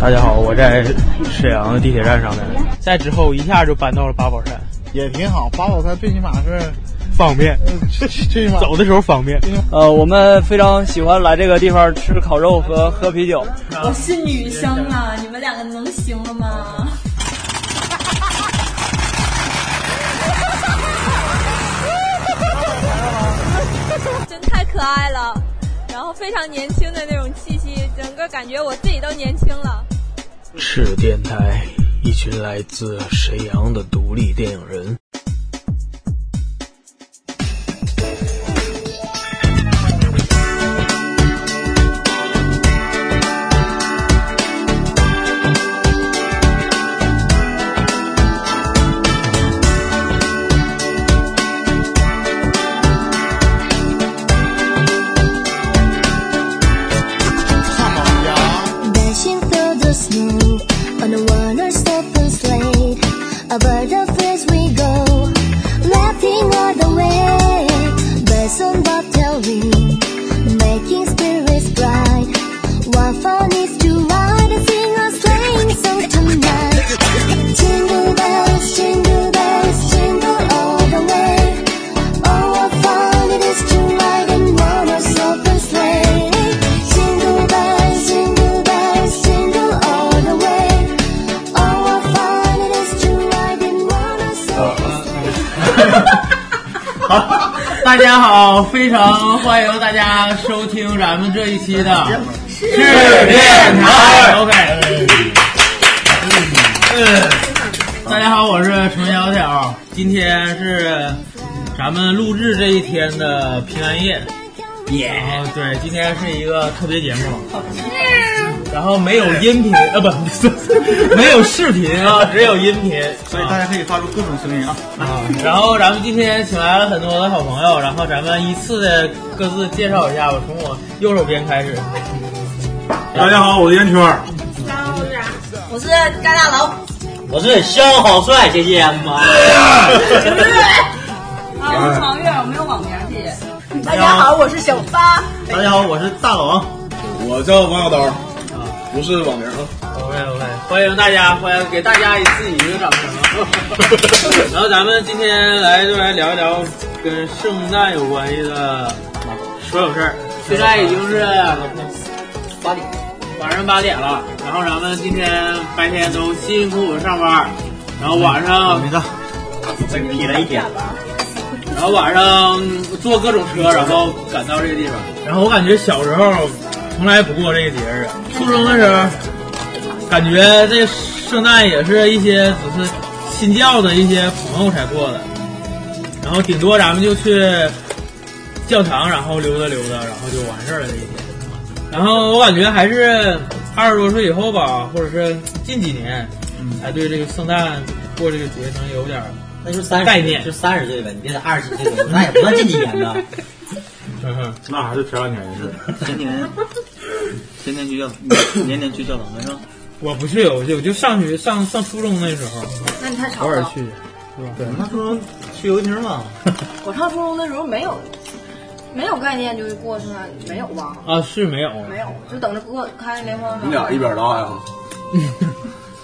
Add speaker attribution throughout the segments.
Speaker 1: 大家好，我在沈阳的地铁站上面。在之后一下就搬到了八宝山，
Speaker 2: 也挺好。八宝山最起码是
Speaker 1: 方便，
Speaker 2: 最最起码
Speaker 1: 走的时候方便。
Speaker 3: 呃，我们非常喜欢来这个地方吃烤肉和喝啤酒。
Speaker 4: 我是女生啊，你们两个能行了吗？ 真太可爱了，然后非常年轻的那种气息，整个感觉我自己都年轻了。
Speaker 1: 赤电台，一群来自沈阳的独立电影人。
Speaker 5: Dashing through the snow on a one-horse open sled, over the fields we go, laughing all the way. Birds on bobtail ring, making spirits bright. What fun is to ride and sing a sleighing song tonight! Jingle bells, jingle bells, jingle all the way. Oh, what fun it is to ride in one-horse open sleigh! Jingle bells, jingle bells, jingle all the way. Oh, what fun it is to ride in one-horse open sleigh!
Speaker 6: 大家好，非常欢迎大家收听咱们这一期的是电台。OK，嗯大家好，我是程小小，今天是咱们录制这一天的平安夜。耶！然后对，今天是一个特别节目，然后没有音频啊，不，没有视频啊，只有音频，所以
Speaker 2: 大家可以发出各种声音啊。
Speaker 6: 啊，然后咱们今天请来了很多的好朋友，然后咱们依次的各自介绍一下。我从我右手边开始。
Speaker 2: 大家好，我是烟圈儿。
Speaker 4: 我是张大龙，
Speaker 6: 我是肖好帅，谢谢妈。
Speaker 4: 啊，我是王月，我没有网名，谢谢。大家好，我是小八。
Speaker 6: 大家好，我是大龙。
Speaker 2: 我叫王小刀，不是网名啊。
Speaker 6: OK OK，欢迎大家，欢迎给大家一自己一个掌声。然后咱们今天来就来聊一聊跟圣诞有关系的所有事儿。现在已经是八点，晚上八点了。然后咱们今天白天都辛辛苦苦上班，然后晚上没到，
Speaker 1: 你来一点，
Speaker 6: 然后晚上嗯坐各种车，然后赶到这个地方。然后我感觉小时候从来不过这个节日，初中的时候，感觉这圣诞也是一些只是新教的一些朋友才过的，然后顶多咱们就去教堂，然后溜达溜达，然后就完事儿了这一天。然后我感觉还是二十多岁以后吧，或者是近几年，才对这个圣诞过这个节能有点儿
Speaker 7: 那就三十
Speaker 6: 概念
Speaker 7: 就三十岁呗，你别二十几岁，那也不算近几年呢。
Speaker 2: 那还是前两年的事。
Speaker 7: 前年，前年去教，年年去教堂，反正
Speaker 6: 我不去，我就我就上学上上初中那时候，
Speaker 4: 那你太吵
Speaker 6: 偶尔
Speaker 4: 了。
Speaker 6: 去，
Speaker 7: 那不能去游戏厅嘛。
Speaker 4: 我上初中的时候没有，没有概念就是过圣诞，没有吧？
Speaker 6: 啊，是没有，
Speaker 4: 没有，就等着过开联欢
Speaker 2: 你俩一边拉呀？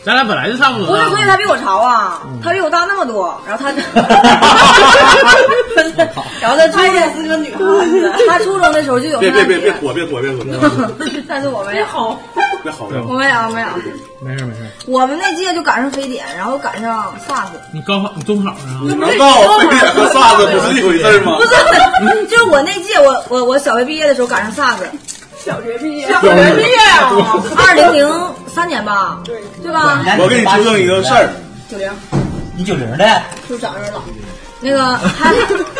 Speaker 6: 咱俩本来就差不
Speaker 4: 不
Speaker 6: 多
Speaker 2: 嗯
Speaker 4: 是，
Speaker 6: 大
Speaker 4: 关键他比我潮啊，他比我大那么多，然 后他， 然后他初中是个女孩子，他初中的时候就有
Speaker 2: 别
Speaker 4: 圣
Speaker 2: 别
Speaker 4: 诞
Speaker 2: 别别
Speaker 4: 节，
Speaker 2: 火别火别 火！
Speaker 4: 但是我没有，
Speaker 2: 别好
Speaker 4: 我没有没有，
Speaker 6: 没事没事，
Speaker 4: 我们那届就赶上非典，然后赶上 SARS，
Speaker 6: 你高考你中考上了，
Speaker 4: 那不
Speaker 2: 难
Speaker 4: 是
Speaker 2: 道非典和 SARS 不是一回事儿吗
Speaker 4: 不？是，就是我那届，我我我小学毕业的时候赶上 SARS，小学毕业，小学毕业啊， 二零零三年吧，对对吧？
Speaker 2: 我给你纠正一个事儿，
Speaker 4: 九零。
Speaker 7: 你九零的，
Speaker 4: 就长这了。那个还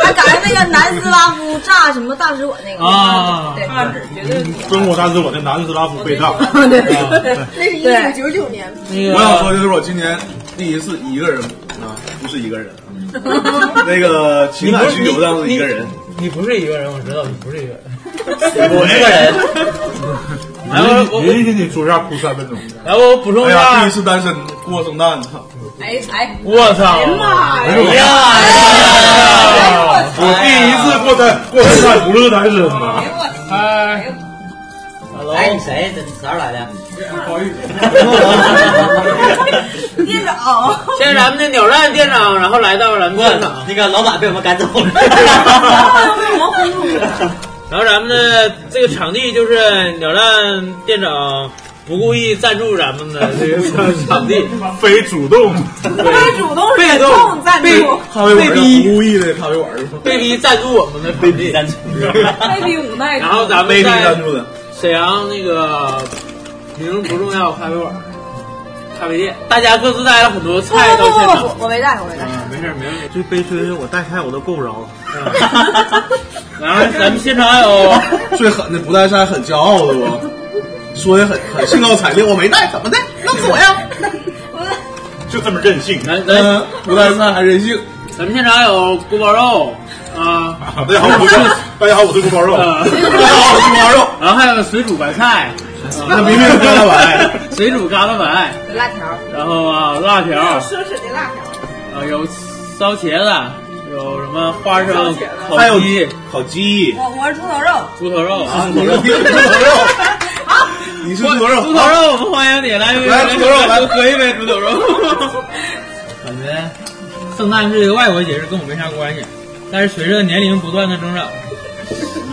Speaker 4: 还赶上那个南斯拉夫炸什么大使馆那个
Speaker 6: 啊
Speaker 4: 对，
Speaker 2: 中国大使馆的南斯拉夫被炸。
Speaker 4: 那是一九九九年，
Speaker 6: 那
Speaker 2: 我想
Speaker 6: 个
Speaker 2: 说就是我今年第一次一个人啊，不是一个人 啊，那个情感需求上是一个人。
Speaker 6: 你不是一个人，我知道你不是一个人。
Speaker 7: 我一个人，
Speaker 6: 来哎我我
Speaker 2: 一天得说下哭三分钟。
Speaker 6: 来我补充
Speaker 2: 哎
Speaker 6: 一
Speaker 2: 呀，第
Speaker 6: 下
Speaker 2: 一，次单身过圣诞，操！
Speaker 4: 哎哎，
Speaker 6: 我操！
Speaker 4: 妈
Speaker 7: 哎呀哎呀，
Speaker 2: 我第一次过单过圣诞不是单身嘛？
Speaker 6: 哎，
Speaker 8: Hello，
Speaker 6: 哎，你谁？这哪儿来的？
Speaker 4: 店长，
Speaker 6: 这是咱们的鸟站店长，然后来到咱们现场，
Speaker 1: 那个老板被我们赶走了。
Speaker 4: 被我们忽悠了。
Speaker 6: 然后咱们的这个场地就是鸟站店长不故意赞助咱们 的这个场地，
Speaker 2: 非主动，
Speaker 4: 他主动
Speaker 6: 被动
Speaker 4: 赞
Speaker 6: 被
Speaker 4: 助，
Speaker 6: 被逼
Speaker 2: 故意的咖啡馆是吧？
Speaker 6: 被逼赞助我们的场地，
Speaker 4: 被逼无奈。
Speaker 6: 然后 咱
Speaker 2: 被
Speaker 6: 们
Speaker 2: 逼赞
Speaker 6: 在
Speaker 2: 助的，
Speaker 6: 沈阳那个名不重要咖啡馆、咖啡店，大家各自带了很
Speaker 4: 不
Speaker 6: 多菜
Speaker 4: 不
Speaker 6: 到现
Speaker 4: 不
Speaker 6: 场，
Speaker 4: 不，我没带，我没带。
Speaker 2: 嗯
Speaker 6: 没事嗯没事。
Speaker 1: 这悲催是我带菜我都够不着，
Speaker 6: 然后咱们现场还有。
Speaker 2: 最狠的不带是还很骄傲的不？说的很很兴高采烈，我没带，怎么的？弄死我呀！
Speaker 9: 就这么任性。
Speaker 6: 咱咱
Speaker 2: 嗯，不带菜还任性。
Speaker 6: 咱们现场有锅包肉 啊，
Speaker 9: 大
Speaker 2: 哎
Speaker 9: 家好，我 是大家好，我是锅包肉。
Speaker 6: 呃，
Speaker 2: 大家哎好，我是王肉。
Speaker 6: 然后还有水煮白菜，
Speaker 2: 那明明是大白，
Speaker 6: 水煮嘎巴白，
Speaker 4: 辣条，
Speaker 6: 然后啊辣条，啊
Speaker 10: 奢侈的辣条，
Speaker 6: 有烧茄子，有什么花生烤
Speaker 2: 还有
Speaker 6: 鸡、
Speaker 2: 烤鸡，
Speaker 4: 我我是猪头肉，
Speaker 6: 猪头肉啊，
Speaker 2: 猪头肉，你是猪头肉，
Speaker 6: 猪头肉，我们欢迎你来，
Speaker 2: 来猪头肉来
Speaker 6: 喝一杯猪头肉。
Speaker 11: 感觉圣诞是一个外国节日，跟我没啥关系。但是随着年龄不断的增长，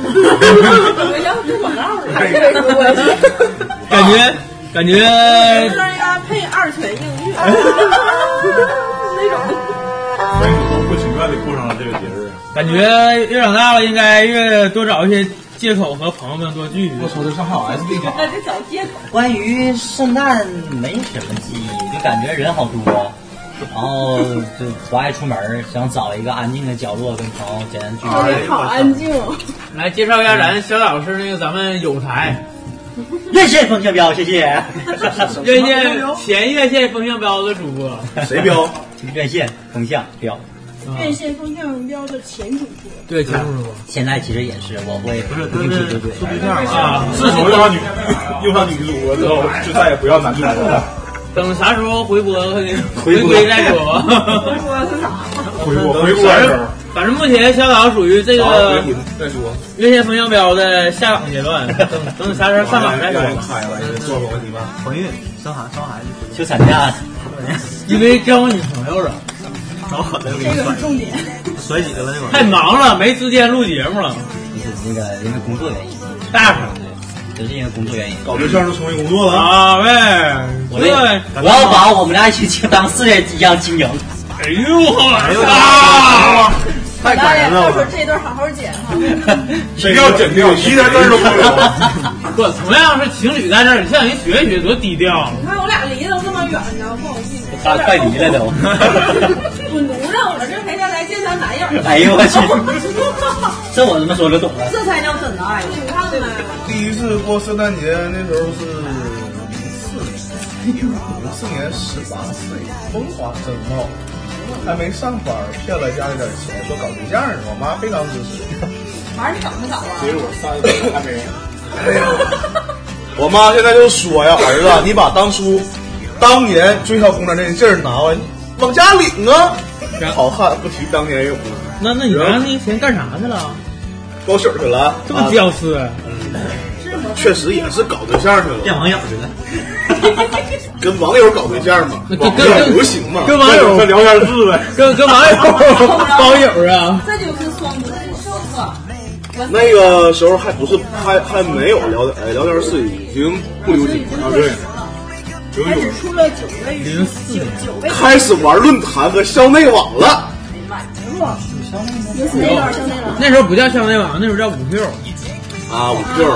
Speaker 10: 我想补广告呢。
Speaker 11: 感觉感觉
Speaker 10: 就是那个配二泉映月那种，
Speaker 9: 所以我不情愿的过上了这个节日。
Speaker 11: 感觉越长大了，应该越多找一些借口和朋友们多聚聚。
Speaker 2: 操，这上海有 S D 卡，
Speaker 10: 那得找借口。
Speaker 6: 关于
Speaker 1: 圣诞没什么记忆，就感觉人好多，然后就不爱出门，想找一个安静的角落跟朋友简单聚
Speaker 10: 这
Speaker 1: 会。
Speaker 10: 里 好安静哦，
Speaker 6: 来介绍一下咱肖老师那个咱们友 台，
Speaker 1: 院线风向标，谢谢。
Speaker 6: 院线前院线风向标的主播，
Speaker 2: 谁标？
Speaker 1: 院线风向标，
Speaker 10: 院线风向标的前主播。
Speaker 6: 对，前主播。
Speaker 1: 现在其实也是，我会不是
Speaker 9: 都是
Speaker 1: 对对对。
Speaker 6: 啊，
Speaker 9: 自从用上女用上女主播之后，就再也不要男主播了。
Speaker 6: 等啥时候回播回
Speaker 2: 回播
Speaker 6: 归再说吧。
Speaker 9: 回国回国的时候，啊
Speaker 6: 反正目前香港属于这个
Speaker 2: 回再说。
Speaker 6: 月线风向标的下岗阶段， 等等啥时候上岗再
Speaker 9: 哎
Speaker 6: 说吧。
Speaker 2: 开了，做个问题吧。
Speaker 1: 怀孕、生孩、生孩子、休产假，
Speaker 6: 因为交女朋友了，
Speaker 1: 找好的
Speaker 10: 这个是重点，
Speaker 1: 甩几个了那会
Speaker 6: 太忙了，没时间录节目了。
Speaker 1: 就是那个因为工作原因，
Speaker 6: 大声
Speaker 1: 就是因为工作原因。
Speaker 2: 搞对象就成为工作了，
Speaker 6: 啊喂，
Speaker 1: 我
Speaker 6: 对，
Speaker 1: 要我要把我们的爱情当事业一样经营。
Speaker 6: 哎呦啊！
Speaker 2: 太
Speaker 10: 大
Speaker 2: 感
Speaker 10: 家
Speaker 2: 人
Speaker 10: 到时候
Speaker 2: 了。
Speaker 10: 这段好好剪哈。
Speaker 9: 一定要剪掉，一点字儿都不留。
Speaker 6: 不，同样是情侣在这儿，你向人学一学，多低调。啊
Speaker 10: 你看我俩离得都这么远，你知道不好意思。
Speaker 1: 他快离了都。
Speaker 10: 我奴着，我这陪他来见他男友。
Speaker 1: 哎 呦我去，这我他妈说就懂了。
Speaker 10: 这才叫真爱，你看呗。
Speaker 2: 第一次过圣诞节那时候是零四年，零四年十八岁，风华正茂，还没上班，骗了家里点钱说搞对象呢，我妈非常支持。
Speaker 10: 玩你搞没搞啊？
Speaker 2: 结果上一次还没。哎呀，我妈现在就说哎呀，儿子，你把当初当年追小姑娘那劲儿拿完，往家领啊。好汉不提当年勇，
Speaker 6: 那那你拿那些钱干啥去了？
Speaker 2: 高手去了，
Speaker 6: 这么屌丝，
Speaker 2: 啊确实也是搞对象去了。
Speaker 1: 见网友去了，
Speaker 2: 跟网友搞对象嘛，
Speaker 6: 跟
Speaker 2: 网
Speaker 6: 跟
Speaker 2: 友
Speaker 6: 跟
Speaker 2: 流行嘛，
Speaker 6: 跟网友
Speaker 9: 再聊天字呗。
Speaker 6: 跟跟网友包友啊？
Speaker 10: 这就是双主播，
Speaker 2: 那个时候还不是还还没有聊呃聊天室已经不流行
Speaker 6: 啊
Speaker 2: 了，对，
Speaker 10: 开始出了九位数，九九位数，
Speaker 2: 开始玩论坛和校内网了。
Speaker 10: 那段像那段。
Speaker 6: 那时候不叫校内网，那时候叫五 Q。
Speaker 2: 啊，五 Q，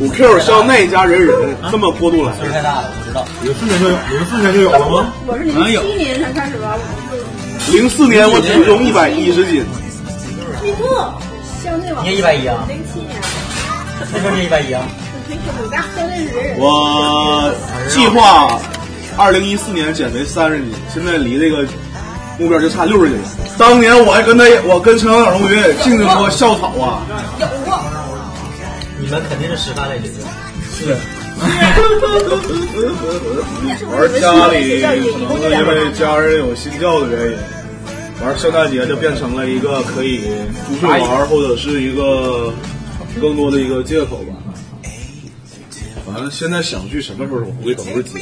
Speaker 2: 五 Q 校内加人人这么过渡来
Speaker 1: 岁数
Speaker 2: 的，
Speaker 1: 太大了，我知道。
Speaker 9: 零四年就有，零四年就有了吗？
Speaker 10: 我是零七年才开始玩，
Speaker 2: 零四年我体重一百一十斤，
Speaker 10: 闭幕，像那网
Speaker 1: 你也一百一啊？
Speaker 10: 零七年，
Speaker 1: 那时候你也一百一啊？
Speaker 10: 没可能大，像那是人人。
Speaker 2: 我计划二零一四年减肥三十斤，现在离这个目标就差六十斤了。当年我还跟他，我跟陈晓同学竞争过校草啊，
Speaker 1: 你们肯定是师范类学校。
Speaker 2: 玩家里可能是因为家人有信教的原因，玩圣诞节就变成了一个可以出去玩，或者是一个更多的一个借口吧。完了，现在想去什么时候我不会都是节，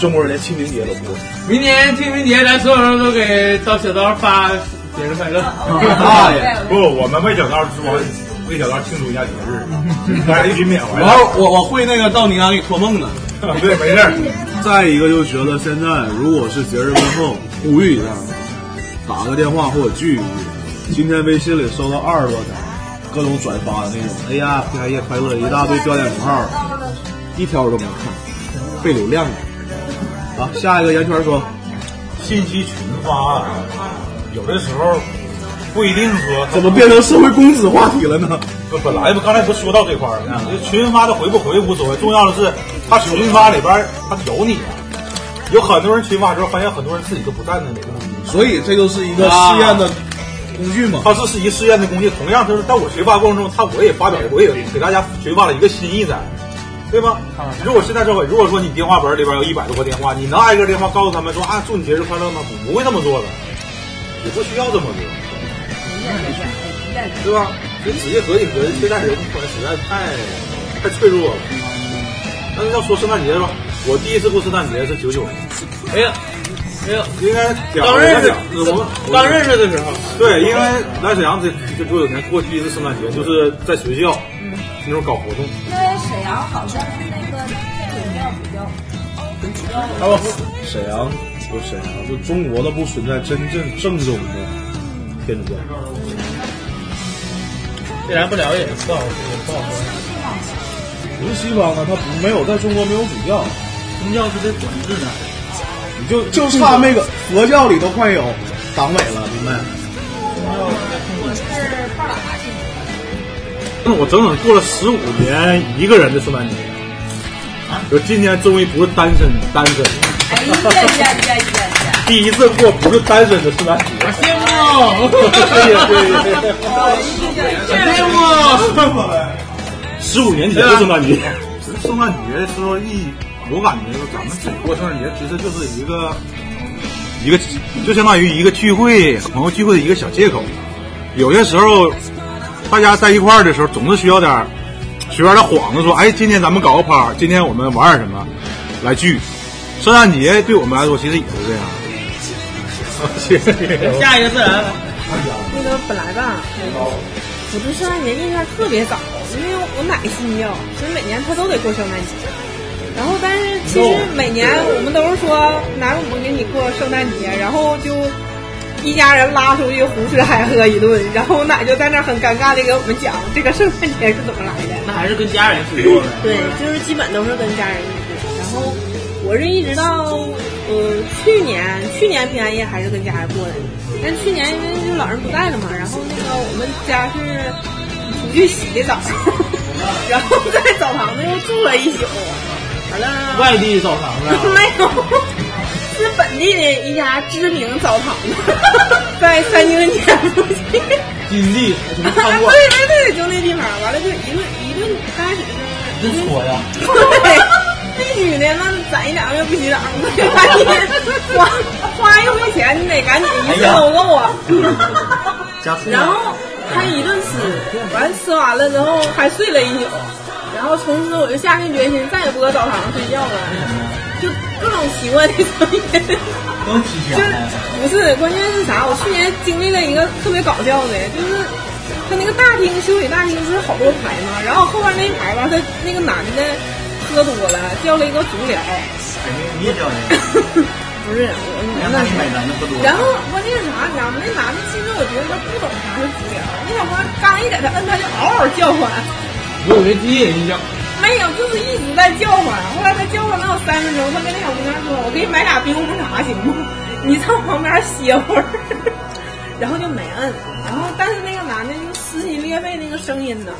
Speaker 2: 中国人连清明节都不会。
Speaker 6: 明年清明节，咱所有人都给刀小刀发节日快乐。
Speaker 9: 大爷， 不，我们为小道之王，为小道庆祝一下节日，大家一起缅怀。
Speaker 2: 然后我我会那个到你家给你托梦的。
Speaker 9: 对，没事儿。
Speaker 12: 再一个就是觉得现在如果是节日过后，呼吁一下，打个电话或者聚一聚。今天微信里收到二十多条各种转发的那种，哎呀，平安夜快乐，一大堆标点符号，一条都没看，被流量了。啊，下一个圆圈说，
Speaker 9: 信息群发，啊有的时候不一定说
Speaker 12: 怎么变成社会公子话题了呢？
Speaker 9: 不，本来不，刚才不说到这块儿了，这群发的回不回无所谓，重要的是他群发里边儿他有你啊。有很多人群发之后，发现很多人自己都不在那里，
Speaker 2: 所以这就是一个试验的工具嘛。
Speaker 9: 啊它这是一个试验的工具，同样就是在我群发过程中，他我也发表，我也给大家群发了一个心意在，对吧？如果现在社会，如果说你电话本里边有一百多个电话，你能挨个电话告诉他们说啊，祝你节日快乐吗？不会那么做的，也不需要这么做。对吧？你直接合计合计，现在人可能实在太太脆弱了。但是要说圣诞节吧，我第一次过圣诞节是九九年，
Speaker 13: 哎呀，哎呀，
Speaker 9: 应该
Speaker 13: 刚认识
Speaker 9: 我们
Speaker 13: 刚认识的时候，
Speaker 9: 对，因为来沈阳这这多久年过去一次圣诞节，就是在学校
Speaker 13: 嗯
Speaker 9: 那种搞活动。
Speaker 14: 因为沈阳好像是那个比较比较比较
Speaker 12: 啊不，沈阳不沈阳，就中国的不存在真正正宗的天主教。
Speaker 13: 既然不了解，不好不好说。
Speaker 12: 不是西方的，它不没有在中国没有主教，
Speaker 6: 宗教是得管制的。
Speaker 12: 你就就差那个佛教里都快有党委了，明白？
Speaker 9: 那我整整过了十五年一个人的圣诞节，就今年终于不是单身单身，
Speaker 14: 哎呀呀呀呀！
Speaker 9: 第一次过不是单身的圣诞节。
Speaker 6: 羡慕，
Speaker 9: 对呀对呀对呀。
Speaker 6: 羡慕。
Speaker 9: 十五年前的圣诞 节。圣诞节说意，我感觉咱们自己过圣诞节其实就是一个一个就相当于一个聚会、朋友聚会的一个小借口。有些时候大家在一块儿的时候，总是需要点儿随便的幌子，说哎，今天咱们搞个趴儿，今天我们玩点什么，来聚。圣诞节对我们来说其实也是这样。谢谢。
Speaker 6: 下一个自然了，
Speaker 10: 那个本来吧，我对圣诞节印象特别早，因为我奶信教，所以每年她都得过圣诞节。然后，但是其实每年我们都是说，哪有我们给你过圣诞节，然后就一家人拉出去胡吃海喝一顿，然后我奶就在那儿很尴尬的给我们讲这个 圣诞节是怎么来的。
Speaker 6: 那还是跟家人去过的。
Speaker 10: 对，就是基本都是跟家人一起过。然后我是一直到呃去年，去年平安夜还是跟家人过的，但去年因为就老人不在了嘛，然后那个我们家是出去洗的澡，然后在澡堂子又住了一宿，完了
Speaker 6: 外地啊澡堂子，
Speaker 10: 没有。是本地的一家知名澡堂子，在三清街附近。
Speaker 6: 金地什么
Speaker 10: 啊
Speaker 6: 餐
Speaker 10: 对
Speaker 6: 馆，
Speaker 10: 对对，就那地方，完了就一顿一顿，开始
Speaker 1: 真搓呀！
Speaker 10: 对，必须的，那攒一两个月不洗澡，不 行，万一花花一回钱，你得赶紧
Speaker 6: 哎
Speaker 10: 一次都给我。然后还一顿吃，完吃完了之后还睡了一宿，然后从此我就下定决心再也不搁澡堂睡觉了，就各种奇怪的声音。
Speaker 1: 都提前了，
Speaker 10: 不是，关键是啥？我去年经历了一个特别搞笑的，就是他那个大厅修理大厅不是好多排吗？然后后边那一排吧，他那个男的喝多了，叫了一个足疗，
Speaker 1: 你也叫人，
Speaker 10: 不是我
Speaker 1: 那你买咱的不多。
Speaker 10: 然后关键是啥？你知道吗？那男的其实我觉得他不懂啥是足疗，那小伙刚一在他摁，他就嗷嗷叫唤，
Speaker 6: 我以为鸡也一样。
Speaker 10: 没有，就是一直在叫唤。后来他叫唤了有三分钟，他跟那小姑娘说：“我给你买俩冰红茶行吗？你上旁边歇会儿。”然后就没摁。然后，但是那个男的就撕心裂肺那个声音呢，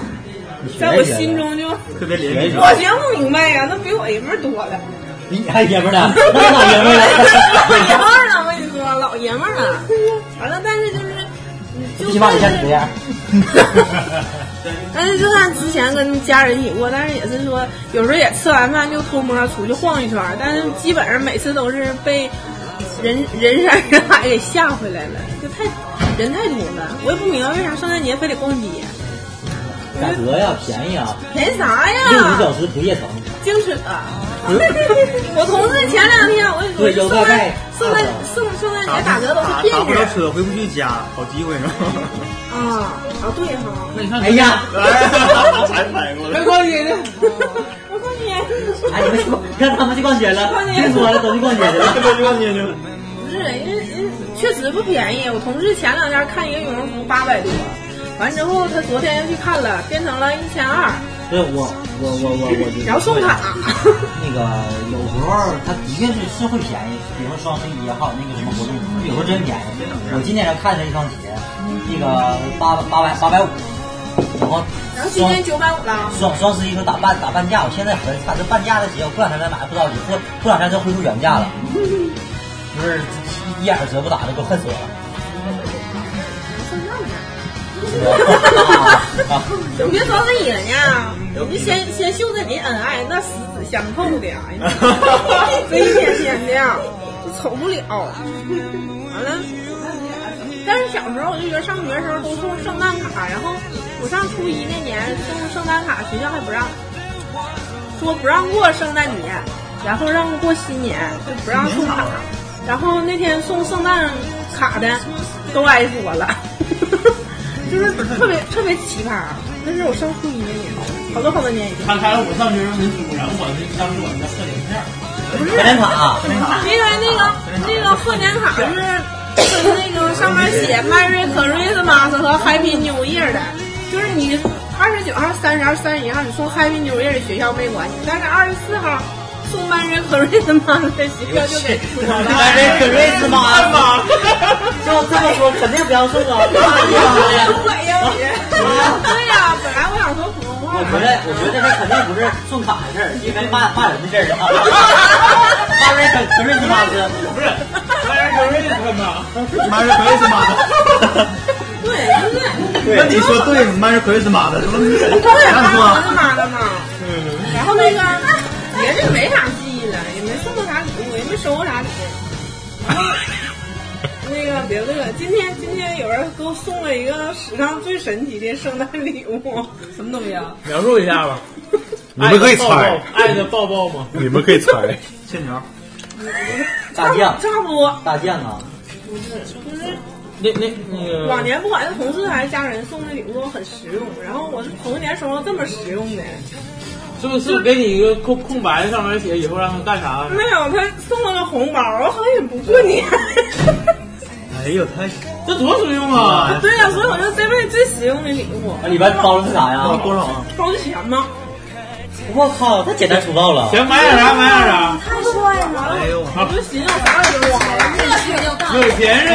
Speaker 10: 在我心中就
Speaker 1: 特别廉
Speaker 10: 我学不明白呀、那比我爷们儿多 了。
Speaker 1: 你还爷们儿呢？那老爷们儿
Speaker 10: 老爷们儿啊呢？我跟你说，老爷们儿呢。完了，但是就是，
Speaker 1: 了，起码你像你这样。
Speaker 10: 但是就算之前跟家人一起过，但是也是说有时候也吃完饭就偷摸出去晃一圈儿，但是基本上每次都是被人 人山人海给吓回来了，就太人太多了，我也不明白为啥圣诞节非得逛街，
Speaker 1: 打折呀，便宜啊，
Speaker 10: 便宜啥
Speaker 1: 六个
Speaker 10: 呀？
Speaker 1: 小时不夜城，
Speaker 10: 精准了。 我同事前两天我我就送外送外送送外卖打折都是
Speaker 15: 打打
Speaker 10: 骗
Speaker 15: 不了
Speaker 10: 人
Speaker 15: 车，回不去家，好机会是吧？
Speaker 10: 啊啊对哈，
Speaker 6: 那你看
Speaker 15: 哎 呀才反应过来
Speaker 6: 还逛街呢，
Speaker 10: 我逛街，
Speaker 1: 哎，你们让他们去逛街了，
Speaker 10: 逛街
Speaker 1: 听说了，都去逛街去了，都去逛街去了。
Speaker 10: 不是人人人确实不便宜。我同事前两天看一个羽绒服八百多，完之后他昨天又去看了，变成了一千二，
Speaker 1: 不是我，我我我我，
Speaker 10: 然后送卡。
Speaker 1: 那个有时候它的确是是会便宜，比如说双十一也好，那个什么活动，有时候真便宜。我今年看了一双鞋，那个八八百八百五，然后
Speaker 10: 然后今天九百五了。
Speaker 1: 双双十一都打半打半价，我现在很惨，这半价的鞋我过两天再买不着急，过过两天就恢复原 价了，不是一点折不打的，给我恨死我 了。啊
Speaker 10: 你别装自己人呀，你就先先秀着你恩爱，那十指相扣的呀，这一天天的呀，就瞅不了。完了，但是小时候我就觉得上学的时候都送圣诞卡，然后我上初一那年送圣诞卡，学校还不让，说不让过圣诞节，然后让过新年，就不让送卡。然后那天送圣诞卡的都挨说了。 就是特别特别奇葩。那是我上初一那年，好多好多年以前。
Speaker 6: 他开了我上学时候的书，然后我那当时我那贺年片儿，
Speaker 10: 不啊是因为那个那个贺年卡是是那个上面写 Merry Christmas 和 Happy New Year 的，就是你二十九号、三十号、三十一号你送 Happy New Year 的学校没关系，但是二十四号送 Merry Christmas 的学校就 给出了。
Speaker 1: Merry Christmas
Speaker 10: 吗？
Speaker 1: 要这么说，肯定不要送啊！哎呀
Speaker 10: 东北呀你！对呀，本来我想说普通话
Speaker 1: 我。觉得，我觉得这肯定不是送卡的事儿，应该骂骂人的事儿啊！骂人可可是你妈的，不是骂人可是他妈，
Speaker 15: 妈是可以是妈的，
Speaker 10: 对
Speaker 15: 那你说对，妈是可以是妈的，是不是？
Speaker 10: 然后我
Speaker 15: 说
Speaker 1: 啊
Speaker 10: 的妈的嘛，然后那个别人没啥记忆了，也没送过啥礼物，也没收过啥礼物。然后那个别乐，今天今天有人给我送了一个史上最神奇的圣诞礼物，什么东西啊？
Speaker 13: 描述一下吧。
Speaker 9: 你们可
Speaker 13: 爱
Speaker 9: 以
Speaker 13: 的抱
Speaker 9: 猜
Speaker 13: 抱，爱的抱抱吗？
Speaker 9: 你们可以猜，
Speaker 15: 欠 条，
Speaker 1: 大酱，
Speaker 10: 差不多，
Speaker 1: 大酱啊！
Speaker 10: 不是，就是
Speaker 13: 那那那个
Speaker 10: 往年不管是同事还是家人送的礼物都很实用，然后我是头一年收到这么实用的。
Speaker 13: 是不是给你一个空空白，上面写以后让他干啥？
Speaker 10: 没有，他送了个红包，我好像也不过年。
Speaker 15: 哎呦，太
Speaker 13: 这多实用啊！
Speaker 10: 对呀、所以我就这辈子最实用的礼物。
Speaker 1: 里边包的是啥呀？
Speaker 15: 多少啊？
Speaker 10: 包的钱吗？
Speaker 1: 我靠，太简单粗暴了！
Speaker 13: 行，买点啥买点啥，
Speaker 10: 太帅了！啊哎呦，我就寻思我啥也花了，
Speaker 4: 这天啊就到，
Speaker 13: 有钱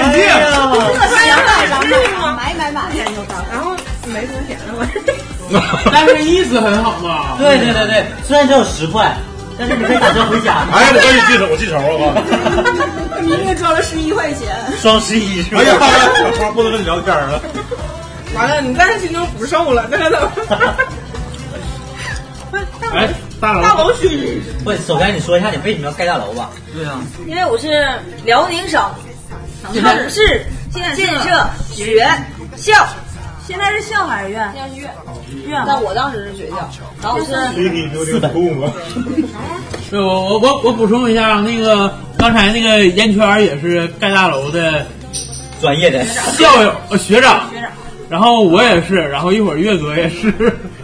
Speaker 1: 哎
Speaker 13: 任性。
Speaker 4: 买买买，天就到。
Speaker 10: 然后没多少钱了，我。
Speaker 13: 但是意思很好嘛。
Speaker 1: 对对对对，虽然只有十块，但是你可以打车回家。
Speaker 9: 哎，我跟你记仇，我记仇了
Speaker 14: 明明装了十一块钱，
Speaker 9: 双十一是吧？哎呀，小胖不能跟你聊天啊了。
Speaker 10: 完了，你在心中不瘦了，那可怎么办？
Speaker 1: 哎，
Speaker 13: 大
Speaker 1: 楼
Speaker 10: 大楼区，
Speaker 1: 不，首先你说一下你为什么要盖大楼吧？对啊，
Speaker 4: 因为我是辽宁省城市建设学校，现在是校还是院？
Speaker 14: 像月
Speaker 4: 院。但我当时是学校，然后我是
Speaker 9: 四百度吗？
Speaker 6: 对我我我我补充一下，那个刚才那个烟圈也是盖大楼的
Speaker 1: 专业的
Speaker 6: 校友呃学长，然后我也是，然后一会儿月哥也是，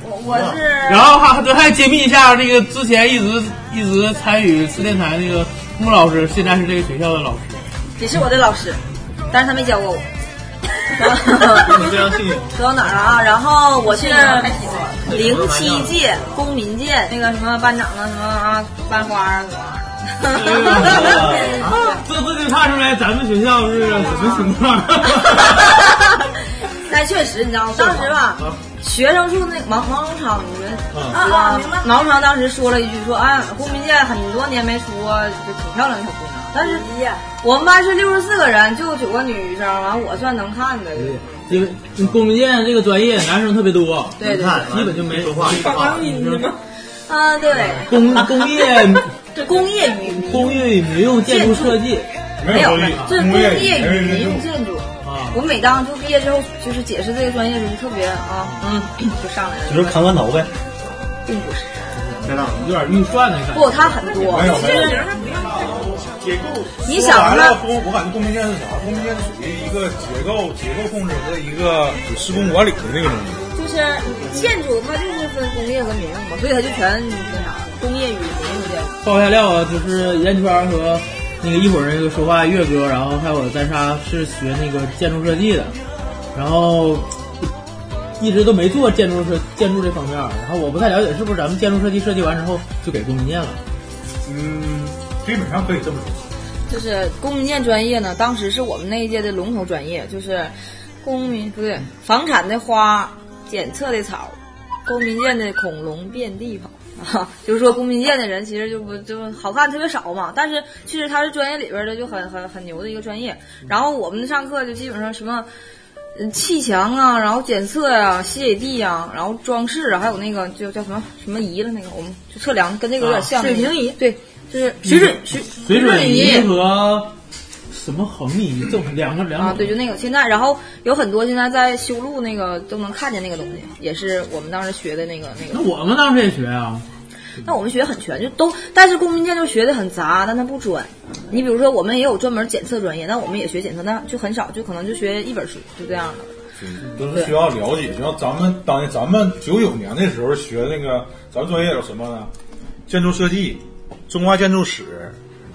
Speaker 4: 我我是
Speaker 6: 嗯然后还对还揭秘一下，这个之前一直一直参与四电台那个穆老师，现在是这个学校的老师。
Speaker 4: 也是我的老师，但是他没教过我。
Speaker 15: 你非常幸运。
Speaker 4: 说到哪儿了啊？然后我是零七届公民界那个什么班长啊，什么啊班花啊什么。
Speaker 6: 这这就看出来咱们学校是什么情况。
Speaker 4: 但确实，你知道吗？当时吧，学生处那毛毛绒厂，你们
Speaker 14: 啊
Speaker 4: 知道
Speaker 14: 啊
Speaker 4: 吗
Speaker 14: 明白？
Speaker 4: 毛绒厂当时说了一句说，哎，公民界很多年没出过，就挺漂亮的小姑娘。但是我们班是六十四个人，就九个女生，完我算能看的。
Speaker 6: 因为公民建这个专业男生特别多，
Speaker 4: 对对对
Speaker 6: 基本就没说话
Speaker 4: 啊， 对，
Speaker 6: 工工业
Speaker 4: 这工业与
Speaker 6: 工业与民用建筑设计，
Speaker 4: 没有，这是工业与民用建筑。我每当就毕业之后，就是解释这个专业的时候，特别啊，嗯，就上来了。
Speaker 1: 就是扛砖头呗。
Speaker 4: 并不是，
Speaker 6: 有点预算的感觉。
Speaker 4: 不，它很多。
Speaker 9: 结构
Speaker 4: 你想
Speaker 9: 说白
Speaker 4: 呢
Speaker 9: 了，我我感觉东平线是啥？东平线属于一个结构结构控制和一个施工管理的那个东西。
Speaker 4: 就是建筑，它就是分工业和民用嘛，所以它就全那啥了，工业与民用建筑。
Speaker 6: 爆一下料啊，就是烟圈和那个一会儿那个说话月哥，然后还有我在沙是学那个建筑设计的，然后一直都没做建筑设建筑这方面，然后我不太了解是不是咱们建筑设计设计完之后就给供应链了。
Speaker 9: 嗯，基本上可以这么说。
Speaker 4: 就是公民建专业呢，当时是我们那一届的龙头专业，就是公民不对，房产的花，检测的草，公民建的恐龙遍地跑。 啊，就是说公民建的人其实就不就好看特别少嘛，但是其实它是专业里边的就很很很牛的一个专业。然后我们上课就基本上什么，嗯，砌墙啊，然后检测呀、吸 AD 呀、然后装饰啊，还有那个就叫什么什么仪了那个，我们就测量跟那个有点像、
Speaker 14: 啊水平
Speaker 4: 仪，对，就是嗯水
Speaker 6: 嗯
Speaker 4: 准水
Speaker 6: 水准
Speaker 4: 仪
Speaker 6: 仪和什么恒仪，这两个两
Speaker 4: 啊，
Speaker 6: 种
Speaker 4: 对，就那个现在，然后有很多现在在修路那个都能看见那个东西，也是我们当时学的那个那个。
Speaker 6: 那我们当时也学啊，
Speaker 4: 那我们学很全，就都，但是公民建筑学的很杂，但它不专。你比如说，我们也有专门检测专业，但我们也学检测，那就很少，就可能就学一本书，就这样的。
Speaker 9: 嗯都是需要了解。然后咱们当年咱们九九年的时候学那个，咱们专业有什么呢？建筑设计、中华建筑史，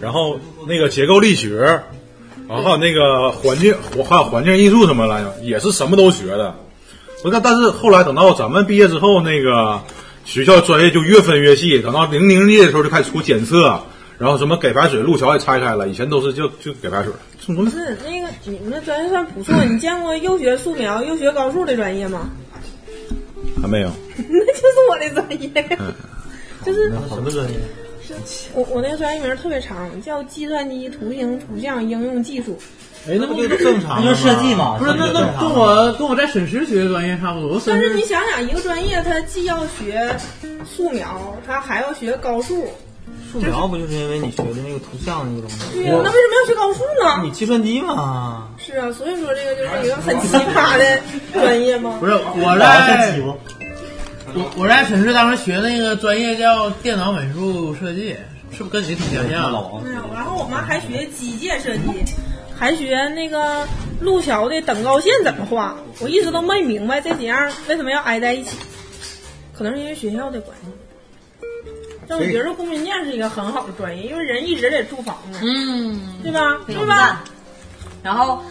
Speaker 9: 然后那个结构力学，然后还有那个环境，还有环境艺术什么来着，也是什么都学的。不是，但是后来等到咱们毕业之后，那个学校专业就越分越细。等到零零届的时候就开始出检测，然后什么给排水、路桥也拆开了。以前都是就就给排水，
Speaker 10: 不是那个你们的专业算不错，你见过又学素描又学高数的专业吗？
Speaker 9: 还没有。
Speaker 10: 那就是我的专业，就是
Speaker 12: 什么专业？
Speaker 10: 我我那个专业名特别长，叫计算机图形图像应用技术。
Speaker 6: 哎，那不就
Speaker 10: 正常
Speaker 6: 吗
Speaker 10: 那就设计嘛
Speaker 6: 不是，那
Speaker 10: 这不就正
Speaker 6: 那
Speaker 10: 常吗
Speaker 6: 跟我跟我在沈师学的专业差不多，我
Speaker 10: 但
Speaker 6: 沈
Speaker 10: 是
Speaker 6: 师
Speaker 10: 你想想，一个专业它既要学素描，它还要学高数，
Speaker 7: 素描不就是因为你学的那个图像那个东西？
Speaker 10: 对
Speaker 1: 啊
Speaker 10: 呀、那为什么要学高数呢？
Speaker 7: 你计算机嘛？
Speaker 10: 是啊，所以说这个就是一个很奇葩的专业吗？
Speaker 6: 不是我在我我在沈师当时学那个专业叫电脑美术设计，是不是跟你挺相像的？
Speaker 10: 没有，哎然后我们还学机械设计，还学那个路桥的等高线怎么画。我一直都没明白这几样为什么要挨在一起，可能是因为学校的关系。但我觉得公民建是一个很好的专业，因为人一直得住房子，
Speaker 4: 嗯，
Speaker 10: 对吧？
Speaker 4: 非
Speaker 10: 对
Speaker 4: 常赞
Speaker 10: 吧？
Speaker 4: 然后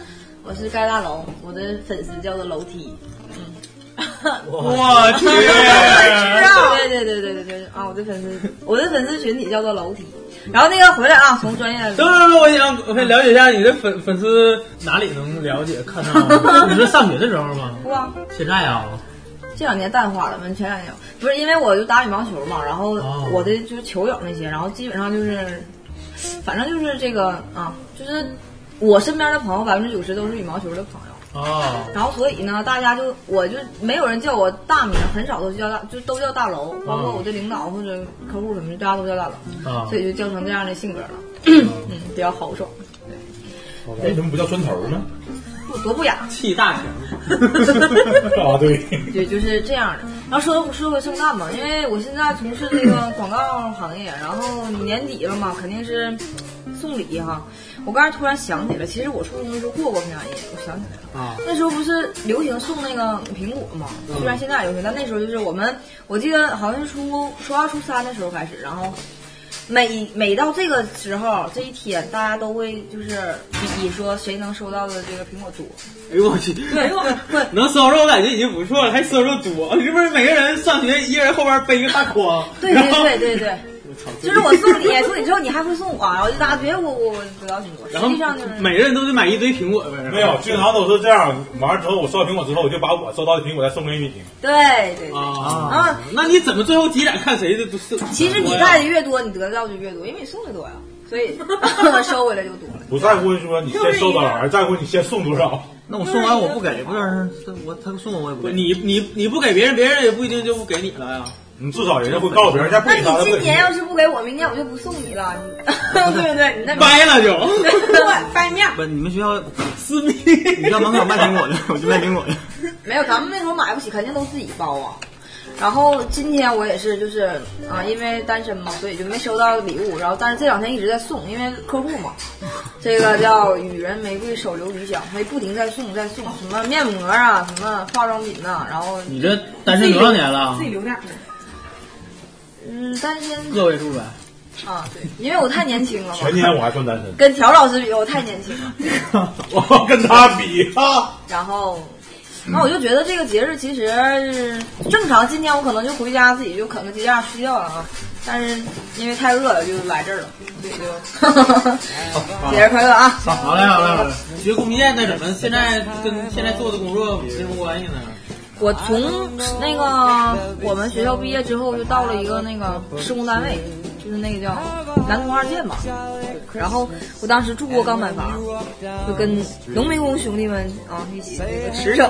Speaker 4: 我是盖大楼，我的粉丝叫做楼梯。嗯
Speaker 6: 我去
Speaker 4: 对对对对对对啊！我的粉丝，我的粉丝群体叫做楼梯。然后那个回来啊，从专业
Speaker 6: 等等等，我想我想了解一下你的粉粉丝哪里能了解看 到？你是上学的时候吗？
Speaker 4: 不啊，
Speaker 6: 现在啊，
Speaker 4: 这两年淡化了，前两年不是因为我就打羽毛球嘛，然后我的就是球友那些，然后基本上就是，反正就是这个啊，就是我身边的朋友百分之九十都是羽毛球的朋友。
Speaker 6: 哦，
Speaker 4: 然后所以呢，大家就我就没有人叫我大名，很少都叫大，就都叫大楼，
Speaker 6: 嗯
Speaker 4: 包括我的领导或者客户什么的，大家都叫大楼，
Speaker 9: 啊
Speaker 4: 所以就叫成这样的性格了，嗯，比较豪爽，
Speaker 9: 为什么不叫砖头呢？
Speaker 4: 不多不雅，
Speaker 6: 气大强。
Speaker 9: 啊，对。
Speaker 4: 对，就是这样的。然后说说回圣诞吧，因为我现在从事这个广告行业，然后年底了嘛，肯定是送礼哈。我刚才突然想起来，其实我初中的时候过过平安夜，我想起来了。
Speaker 6: 啊
Speaker 4: 那时候不是流行送那个苹果嘛？
Speaker 6: 嗯
Speaker 4: 虽然现在也流行，但那时候就是我们，我记得好像是初初二、初三的时候开始，然后每每到这个时候这一天，大家都会就是比说谁能收到的这个苹果多。
Speaker 6: 哎呦我去！
Speaker 4: 对， 对，
Speaker 6: 能收拾我感觉已经不错了，还收拾多，是不是？每个人上学，一人后边背一个大筐。
Speaker 4: 对对对对对。就是我送你，送你之后你还会送我，然后就大家觉得我我我得到你多，实
Speaker 9: 然后
Speaker 4: 际上就是
Speaker 6: 每个人都得买一堆苹果呗。
Speaker 9: 没 有，经常都是这样。完了之后，我收到苹果之后，我就把我收到的苹果再送给你。
Speaker 4: 对对对。
Speaker 6: 啊，那你怎么最后几点看谁的都是？
Speaker 4: 其实你 带的越多，你得到就越多，因为你送的多呀，所以 收回来就多了。
Speaker 9: 不在乎说你先收到了，而在乎你先送多 少。
Speaker 7: 那我送完我不给，不是这我他送我我也不给。
Speaker 6: 你你你不给别人，别人也不一定就不给你了呀。
Speaker 9: 你至少人家会告诉别人，人家
Speaker 4: 那你今年要是不给我，明年我就不送你了，你 对不对？你那
Speaker 6: 掰了就
Speaker 4: 对， 掰面儿
Speaker 7: 不，你们学校
Speaker 6: 私密，
Speaker 7: 你到门口卖苹果去，我就卖苹果去。
Speaker 4: 没有，咱们那时候买不起，肯定都自己包啊。然后今天我也是，就是啊，因为单身嘛，所以就没收到礼物。然后，但是这两天一直在送，因为客户嘛，这个叫“雨人玫瑰手留余香”，所以不停在送，在送什么面膜啊，什么化妆品呐、然后
Speaker 6: 你这单身多少年了
Speaker 10: 自？己留点儿呗。
Speaker 4: 嗯，单身
Speaker 6: 个位数呗。
Speaker 4: 啊，对，因为我太年轻了嘛。
Speaker 2: 全年我还算单身，
Speaker 4: 跟条老师比，我太年轻了。
Speaker 2: 我跟他比啊，
Speaker 4: 然后，那我就觉得这个节日其实是正常，今天我可能就回家自己就啃个鸡架吃掉了啊。但是因为太饿了，就来这儿了，所以就 节日快乐啊！
Speaker 6: 好嘞，好嘞，好嘞。你学供应链那怎么现在跟现在做的工作有什么关系呢？
Speaker 4: 我从那个我们学校毕业之后，就到了一个那个施工单位，就是那个叫南通二建吧。对然后我当时住过钢板房，就跟农民工兄弟们啊一起那个驰骋。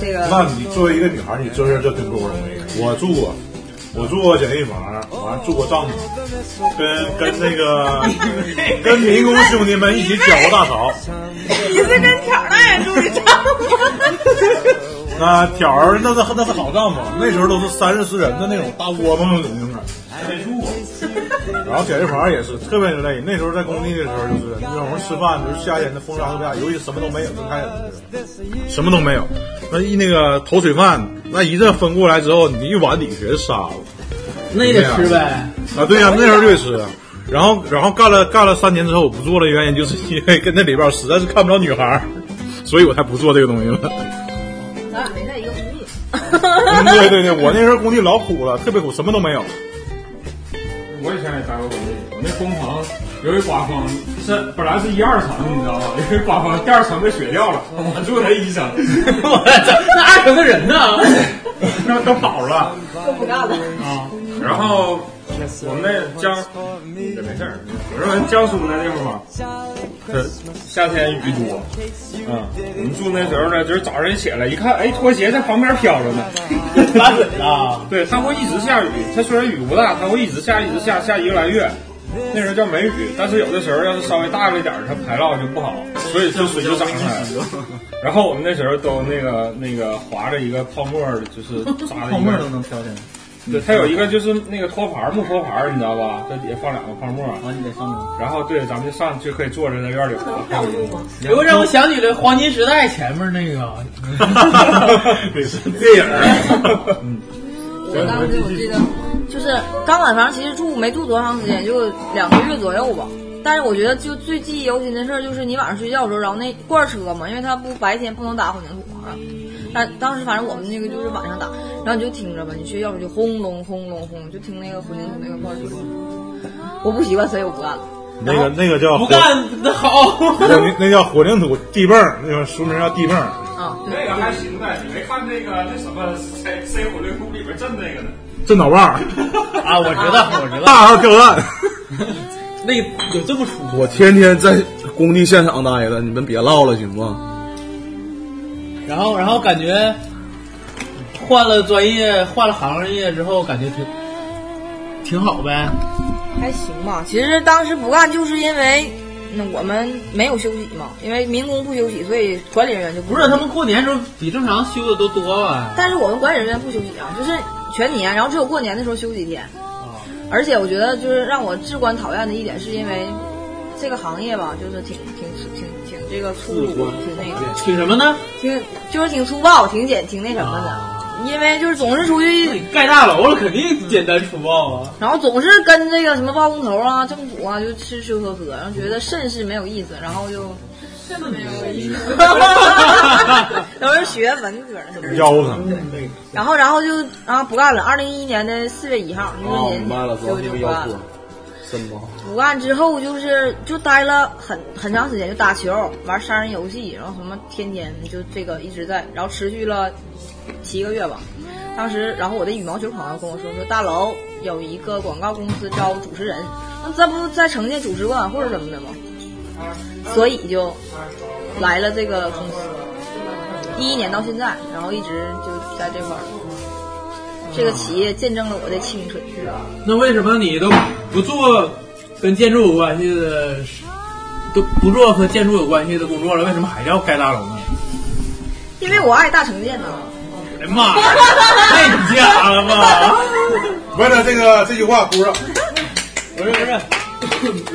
Speaker 4: 这个
Speaker 2: 那你作为一个女孩儿，你做事就挺不容易。我住过，我住过简易房，完了住过帐篷，跟跟那 个跟民工兄弟们一起搅过大潮。
Speaker 10: 你是跟条大爷住一张吗？
Speaker 2: 那挑儿那是那是好帐篷，那时候都是三四十人的那种大窝棚那种地方。然后简易房也是特别累，那时候在工地的时候就是那种吃饭，就是夏天的风沙特别大，由于什么都没有，就开始什么都没有。那一那个口水饭，那一阵风过来之后，你一碗里全是沙子，
Speaker 6: 那也得吃呗。
Speaker 9: 嗯
Speaker 2: 啊，对呀、那时候就得吃。啊然后然后干了干了三年之后，我不做了，原因就是因为跟那里边儿实在是看不着女孩儿，所以我才不做这个东西了。
Speaker 4: 咱啊俩没在一个工地。
Speaker 2: 嗯对 对
Speaker 9: 啊
Speaker 2: 对，我那时候工地老苦了，特别苦，什么都没有。
Speaker 16: 我以前也待过工地，我那工棚由于刮风，是本来是一二层，你知道吗？由于刮风，第二层被雪掉了， 我住在 一层，我操，
Speaker 6: 那二层的人呢？
Speaker 16: 那都跑了。
Speaker 4: 都不干了。
Speaker 16: 然后我们那江，也没事儿。我说江苏那地方吧，这夏天雨多，嗯，我们住那时候呢，就是早上起来一看，哎，拖鞋在旁边飘着呢，拉水了。对，它会一直下雨，它虽然雨不大，它会一直下，一直下，下一个来月。那时候叫梅雨，但是有的时候要是稍微大了点儿，它排涝就不好，所以这水就涨上来了。然后我们那时候都那个那个划着一个泡沫儿，就是扎的一个
Speaker 6: 泡沫都能飘起来。
Speaker 16: 对，它有一个就是那个托盘儿木托盘儿，你知道吧？它底下放两个泡沫儿。然后对，咱们就上去可以坐着在院里滑。
Speaker 6: 如哎果让 我想起了黄金时代前面那个
Speaker 2: 电影儿，
Speaker 4: 我当时我记得，就是刚晚上其实住没住多长时间，就两个月左右吧。但是我觉得就最记忆犹新的事儿，就是你晚上睡觉的时候，然后那罐儿车嘛，因为它不白天不能打混凝土啊。但当时反正我们那个就是晚上打，然后你就听着吧，你睡觉时就轰隆轰隆轰，就听那个混凝土那个罐儿车。我不习惯，所以我不干了。
Speaker 2: 那个那个叫
Speaker 6: 不干那好，
Speaker 2: 那那叫火灵土地泵，那个俗名叫地泵。
Speaker 4: 啊，
Speaker 16: 那个还行呗，你没看那个那什么谁谁火灵谷里边震那个呢？
Speaker 2: 震脑棒儿，
Speaker 6: 啊，我知道，我知道。
Speaker 2: 大号吊蛋。
Speaker 6: 那有这么出？
Speaker 12: 我天天在工地现场待着，你们别唠了行吗？
Speaker 6: 然后，然后感觉换了专业，换了行业之后，感觉挺挺好呗。
Speaker 4: 还行吧。其实当时不干，就是因为那我们没有休息嘛，因为民工不休息，所以管理人员就
Speaker 6: 不是他们过年时候比正常休的都多啊吧？
Speaker 4: 但是我们管理人员不休息啊，就是全年，然后只有过年的时候休几天。
Speaker 6: 啊
Speaker 4: 而且我觉得就是让我至关讨厌的一点，是因为这个行业吧，就是挺挺挺挺这个粗鲁，
Speaker 12: 啊
Speaker 4: 挺那个，
Speaker 6: 挺什么呢？
Speaker 4: 挺就是挺粗暴，挺简挺那什么的。因为就是总是出去
Speaker 6: 啊盖大楼了，肯定简单粗暴啊。
Speaker 4: 然后总是跟这个什么包工头啊、政府啊就吃吃喝喝，然后觉得甚是没有意思，然后就 甚没有意思，都是学文科的。
Speaker 2: 腰疼，
Speaker 4: 然后，然后就啊不干了。二零一一年的四月一号，你说
Speaker 12: 哦，
Speaker 4: 年
Speaker 12: 明白了，主要
Speaker 4: 就
Speaker 12: 是这个
Speaker 4: 就不
Speaker 12: 腰
Speaker 4: 干
Speaker 12: 破
Speaker 4: 了。，
Speaker 12: 真不好。
Speaker 4: 不干之后就是就待了很很长时间，就打球，玩三人游戏，然后什么天天就这个一直在，然后持续了七个月吧。当时，然后我的羽毛球朋友跟我说，说大楼有一个广告公司招主持人，那这不在城建主持晚会什么的吗？所以就来了这个公司，一一年到现在，然后一直就在这块儿。这个企业见证了我的青春。
Speaker 6: 那为什么你都不做跟建筑有关系的，都不做和建筑有关系的工作了？为什么还要盖大楼呢？
Speaker 4: 因为我爱大城建呢，
Speaker 6: 哎呀妈呀，太假了吧！
Speaker 9: 完了，这个这句话箍上。
Speaker 6: 不是不是，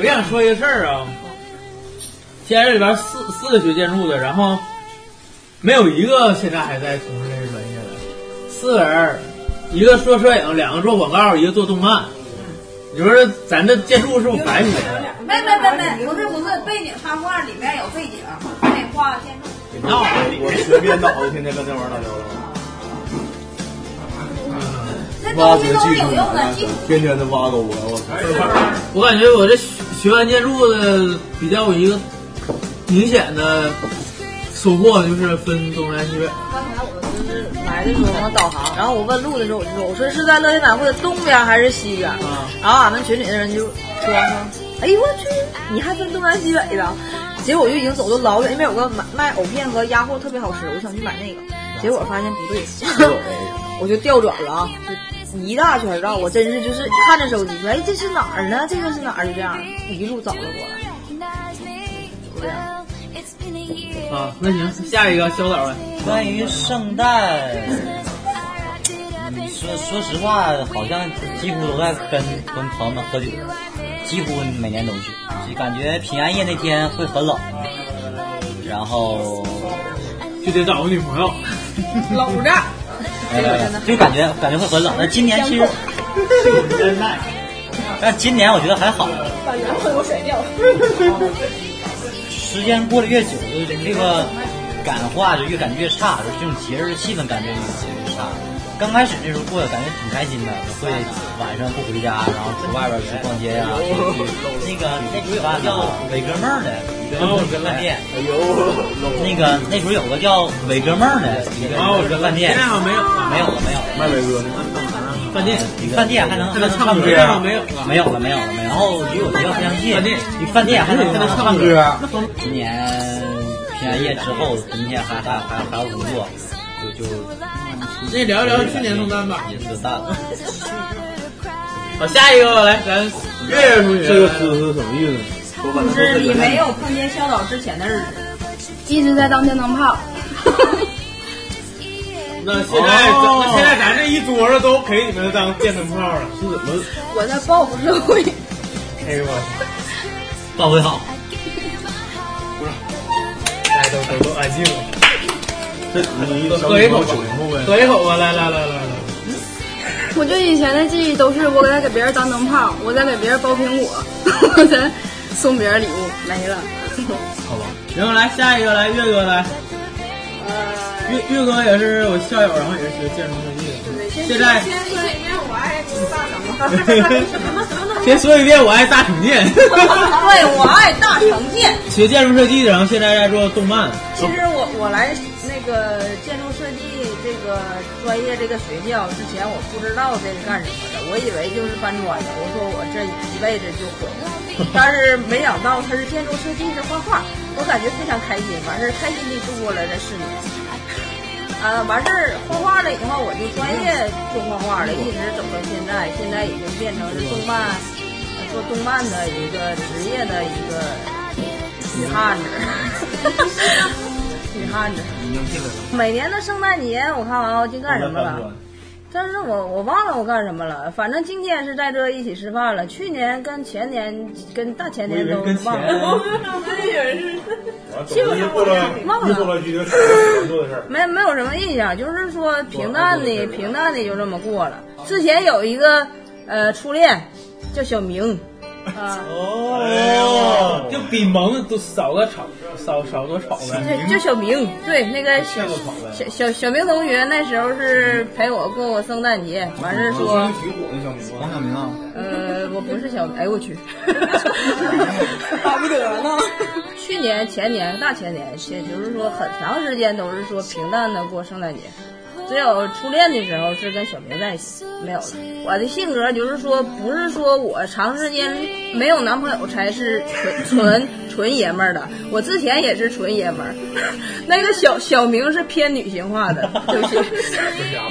Speaker 6: 我想说一个事儿啊。现在这里边四四个学建筑的，然后没有一个现在还在从事这个专业的，四个人儿，一个做摄影，两个做广告，一个做动漫。你说这咱这建筑是不是白学的？
Speaker 17: 没没没没，不是不是，背景插画里面有背景，还得画建筑。
Speaker 2: 别闹了！我学编导的，天天跟那玩意儿打交
Speaker 17: 这
Speaker 2: 道。挖
Speaker 17: 东
Speaker 2: 掘
Speaker 17: 西都是
Speaker 2: 技
Speaker 17: 有用啊的，
Speaker 2: 术，天天的挖沟啊！我操！
Speaker 6: 我感觉我这学学完建筑的比较有一个明显的收获，就是分东南西北。
Speaker 4: 刚才我就是来的时候我导航，然后我问路的时候我就说，我说是在乐天百汇的东边还是西边？然后俺们群里的人就说，哎呦我去，你还分东南西北的？结果我就已经走的老远，那边有个卖卖藕片和鸭货特别好吃，我想去买那个，结果发现不对，我就调转了啊，就一大圈绕，我真是就是看着手机说，哎这是哪儿呢？这个是哪儿？就这样一路找了过来。
Speaker 6: 啊，那行，下一个小岛来。
Speaker 1: 关于圣诞，嗯说说实话，好像几乎都在跟跟朋友们喝酒，几乎每年都去，就感觉平安夜那天会很冷，啊然后
Speaker 6: 就得找个女朋友，
Speaker 10: 搂着，
Speaker 1: 呃，就感觉感觉会很冷。但今年其实， 但今年我觉得还好，
Speaker 14: 把男朋友甩掉。
Speaker 1: 时间过得越久，就是这个感化就越感觉越差，就是这种节日的气氛感觉越节日越差。刚开始那时候过得感觉挺开心的，会晚上不回家，然后去外边去逛街 呀、去去那个那时候有个叫伟哥梦的一个一个饭
Speaker 6: 哦
Speaker 1: 店，哎呦，那个那时候有个叫伟哥梦的一个
Speaker 6: 哦
Speaker 1: 一个饭店，
Speaker 6: 现在好像没有了，
Speaker 1: 没有了没有了，
Speaker 6: 卖
Speaker 1: 伟
Speaker 6: 哥饭店，
Speaker 1: 饭店还能
Speaker 6: 还
Speaker 1: 还能
Speaker 6: 能唱
Speaker 1: 唱
Speaker 6: 歌
Speaker 1: 歌
Speaker 6: 啊
Speaker 1: 啊
Speaker 6: 没有了，
Speaker 1: 没有了没有了哦没有了。然后离我学校非常近，
Speaker 6: 饭店
Speaker 1: 离饭店还能
Speaker 6: 还能唱
Speaker 1: 唱
Speaker 6: 歌啊
Speaker 1: 歌。啊今年平安夜之后，明天还还还还要工作，就就
Speaker 6: 那聊一聊去年圣诞吧，
Speaker 1: 也是淡了。
Speaker 6: 好，下一个吧来，咱月月同学，
Speaker 12: 这个词是什么意思？我把它
Speaker 17: 就是你没有碰见肖导之前的日子。
Speaker 18: 一直在当电灯泡。
Speaker 6: 那现在咱、
Speaker 18: 哦
Speaker 6: 那现在咱这一桌子都给你们当电灯泡了，是怎么
Speaker 18: 我在报复社会，
Speaker 6: 哎呦我
Speaker 1: 报回好，
Speaker 6: 大家都都都安静了，
Speaker 12: 这你
Speaker 6: 喝一口吧
Speaker 12: 酒后呗，
Speaker 6: 喝一口吧，来来来来来，
Speaker 18: 我对以前的记忆都是我在给别人当灯泡，我在给别人包苹果，我在送别人礼物，没了。
Speaker 6: 好吧，然后来下一个来月哥来，
Speaker 14: 呃
Speaker 6: 月月哥也是我校友，然后也是学建筑设计的，现在
Speaker 14: 先说一遍我爱大什么什么什么东西。
Speaker 6: 先说一遍我爱大 成建，
Speaker 14: 对
Speaker 4: 我爱大成建。
Speaker 6: 学建筑设计的，然后现在在做动漫，
Speaker 4: 其实我我来那个建筑设计这个专业这个学校之前，我不知道这是干什么的，我以为就是搬砖的。我说我这一辈子就毁了，但是没想到他是建筑设计，是画画，我感觉非常开心。完事儿开心地度过了这四年。啊，完事儿画画了以后，我就专业做画画了，一直走到现在，现在已经变成是动漫呃做动漫的一个职业的一个女汉子， 女汉子。
Speaker 7: 已经进来了。
Speaker 4: 每年的圣诞节，我看完啊我去干什么了？但是我我忘了我干什么了。反正今天是在这一起吃饭了。去年跟前年跟大前年都忘了，
Speaker 2: 啊
Speaker 14: 我以为是
Speaker 4: 基
Speaker 17: 啊
Speaker 4: 本上
Speaker 9: 过来
Speaker 4: 忘
Speaker 9: 一过来
Speaker 4: 了，
Speaker 9: 就有点做的事 儿。
Speaker 4: 没没有什么印象，就是说平淡的平淡的就这么过了。之前有一个呃初恋叫小 明，啊、
Speaker 6: 哦，就比萌都少个草，少少多草呗
Speaker 4: 对，，就小明，对，那个小
Speaker 6: 见过草呗
Speaker 4: 小小小明同学那时候是陪我过过圣诞节，完事儿说，
Speaker 2: 挺火的小明
Speaker 7: 黄晓明啊，
Speaker 4: 呃，我不是小，哎呦 我去，巴不得呢。 去年、前年、大前年，也就是说很长时间都是说平淡的过圣诞节，只有初恋的时候是跟小明在一起，没 有了。我的性格就是说，不是说我长时间没有男朋友才是纯纯纯爷们儿的，我之前也是纯爷们儿。 那个小小明是偏女性化 的，对不起。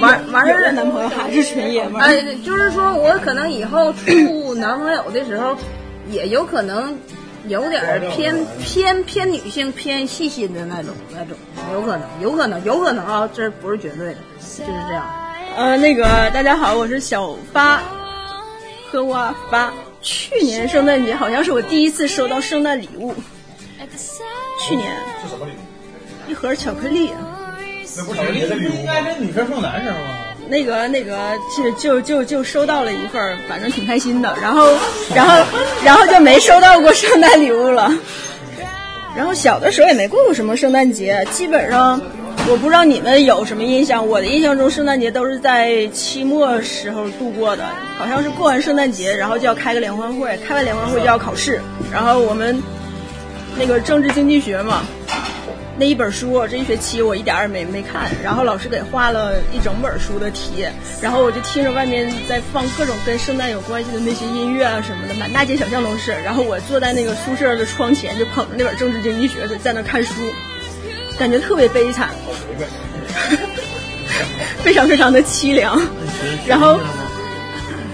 Speaker 4: 完完事儿，
Speaker 10: 男朋友还是纯爷们儿
Speaker 4: 哎，就是说我可能以后处男朋友的时候，也有可能
Speaker 19: 有点儿偏偏偏女性、偏细心的那种那种，有可能，有可能，有可能啊，这不是绝对的，就是这样。
Speaker 20: 呃，那个大家好，我是小发，喝哇发。去年圣诞节好像是我第一次收到圣诞礼物，去年
Speaker 9: 是什么礼物？
Speaker 20: 一盒巧克力，
Speaker 9: 那不是你的礼物
Speaker 6: 应该是女生送男生吗？
Speaker 20: 那个那个是就就就收到了一份儿，反正挺开心的。然后然后然后就没收到过圣诞礼物了。然后小的时候也没过过什么圣诞节，基本上我不知道你们有什么印象。我的印象中，圣诞节都是在期末时候度过的，好像是过完圣诞节，然后就要开个联欢会，开完联欢会就要考试。然后我们那个政治经济学嘛，那一本书，这一学期我一点儿也没没看。然后老师给画了一整本书的题，然后我就听着外面在放各种跟圣诞有关系的那些音乐啊什么的，满大街小巷都是。然后我坐在那个宿舍的窗前，就捧着那本《政治经济学》就在那看书，感觉特别悲惨，非常非常的凄凉。然后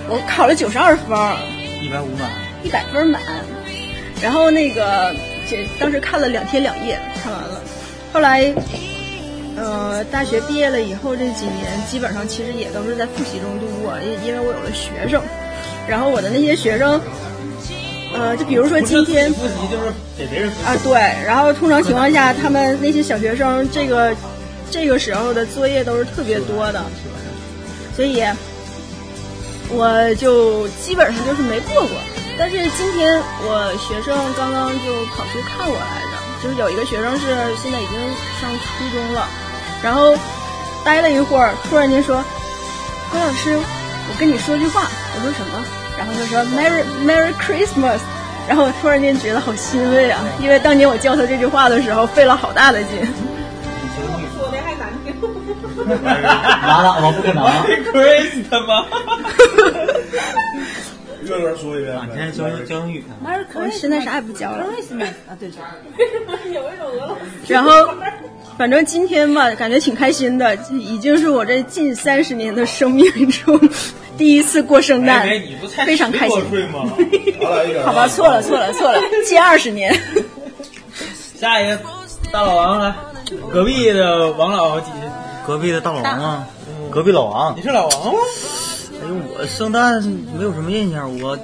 Speaker 20: 我考了九十二分儿，
Speaker 7: 一百五满，
Speaker 20: 一百分满。然后那个这当时看了两天两夜，看完了。后来，呃，大学毕业了以后这几年，基本上其实也都是在复习中度过，因因为我有了学生。然后我的那些学生，呃，就比如说今天
Speaker 6: 不是自己复习就是给别人复习
Speaker 20: 啊，对。然后通常情况下，他们那些小学生这个这个时候的作业都是特别多的，所以我就基本上就是没过过。但是今天我学生刚刚就跑去看我来着，就是有一个学生是现在已经上初中了，然后待了一会儿，突然间说：“关老师，我跟你说句话。”我说什么？然后他说：“Merry Merry Christmas。”然后我突然间觉得好欣慰啊，因为当年我叫他这句话的时候费了好大的劲。
Speaker 10: 说的还难听。
Speaker 1: 完了，我不可能。
Speaker 6: Chris 他 妈！
Speaker 2: 月哥说一遍。
Speaker 7: 啊你现在教教英语呢？
Speaker 20: 我现在啥也不教了。
Speaker 19: 啊，对，
Speaker 10: 为什么有一种俄罗斯？
Speaker 20: 然后，反正今天吧，感觉挺开心的，已经是我这近三十年的生命中第一次过圣诞，
Speaker 6: 哎你不才
Speaker 20: 非常开心
Speaker 6: 10。多岁 吗？
Speaker 20: 好吧，错了错了 错了，近二十年。
Speaker 6: 下一个大老王来，隔壁的呃王老几？
Speaker 7: 隔壁的大老王啊，隔壁老王。
Speaker 6: 你是老王吗？
Speaker 7: 哎呦，我圣诞没有什么印象。我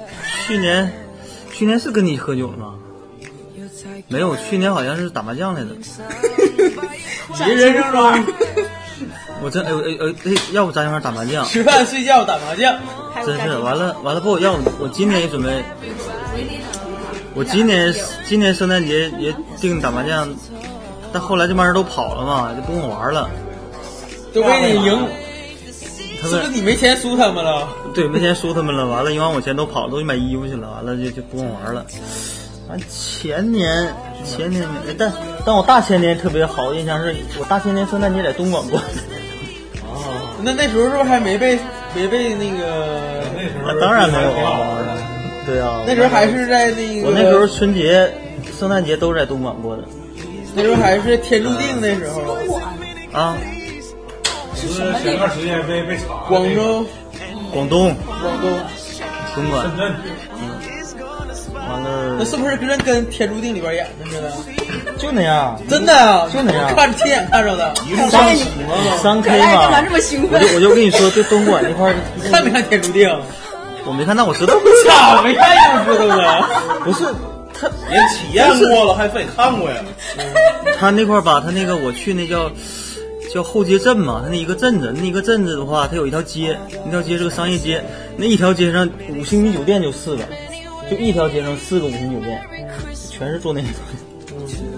Speaker 7: 去年，去年是跟你喝酒了吗？没有，去年好像是打麻将来的。
Speaker 6: 你这人生中
Speaker 7: 我真哎呦哎呦哎哎，要不咱一块儿打麻将？
Speaker 6: 吃饭睡觉打麻将，
Speaker 7: 真是完了完了不，要不我今年也准备，我今年 今年圣诞节也定打麻将，但后来这帮人都跑了嘛，就不跟我玩了。
Speaker 6: 都被你赢，
Speaker 7: 他
Speaker 6: 是不
Speaker 7: 们
Speaker 6: 是你没钱输他们了？
Speaker 7: 对，没钱输他们了，完了赢完我钱都跑，都去买衣服去了，完了就就不跟我玩了。完啊前年前年没，但但我大前年特别好的印象是，我大前年圣诞节在东莞过。
Speaker 6: 哦那那时候是不是还没被没被那个？呃那时
Speaker 7: 那当然没有啊，对啊，
Speaker 6: 那时候还是在那个
Speaker 7: 我那时候春节、圣诞节都是在东莞过的
Speaker 6: 那时候还是天注定那时候。
Speaker 7: 啊。
Speaker 9: 是前段时间被被查了。
Speaker 6: 广州，
Speaker 7: 广东，
Speaker 6: 广东，
Speaker 7: 东莞
Speaker 6: 深圳，
Speaker 7: 完了
Speaker 6: 那是不是真跟《天注定》里边演的似的？
Speaker 7: 就那样，
Speaker 6: 真的啊，
Speaker 7: 就那样
Speaker 6: 我看着亲眼看着的，哎一
Speaker 7: 路上行三 K 嘛，我就我就跟你说，就东莞那块儿，
Speaker 6: 看没看《天注定》？
Speaker 7: 我没看，那我知道。
Speaker 6: 操，没看样知道啊？
Speaker 7: 不是，他
Speaker 2: 也体验过了，还非得看过呀？
Speaker 7: 他那块儿吧，他那个我去那叫叫后街镇嘛，他那一个镇子，那一个镇子的话，它有一条街，那条街是个商业街，那一条街上五星级酒店就四个，就一条街上四个五星酒店，全是做那个，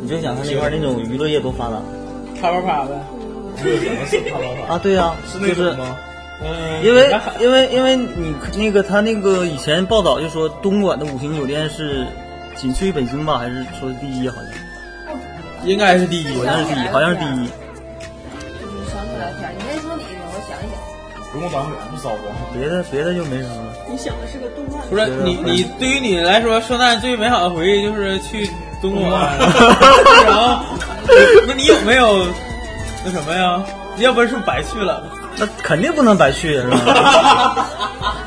Speaker 7: 你就想他那块儿那种娱乐业多发达。
Speaker 6: 啪啪啪呗。
Speaker 7: 啊，对呀、
Speaker 6: 是
Speaker 7: 就
Speaker 6: 那
Speaker 7: 是
Speaker 6: 种吗，嗯
Speaker 7: 因为因为因为你那个他那个以前报道就说东莞的五星酒店是仅次于北京吧，还是说第一好像？
Speaker 6: 应该是第一，
Speaker 7: 好像是第一，好像是第一。
Speaker 4: 想起来天，你没说你呢，我想一想。
Speaker 7: 不用咱们俩不骚别的别的就没什么了。
Speaker 10: 你想的是个动漫。
Speaker 6: 不是你你对啊于你来说，圣诞最美好的回忆就是去东 莞，然后那你有没有那什么呀？要不然是不是白去了？
Speaker 7: 那肯定 不能白去，是吧？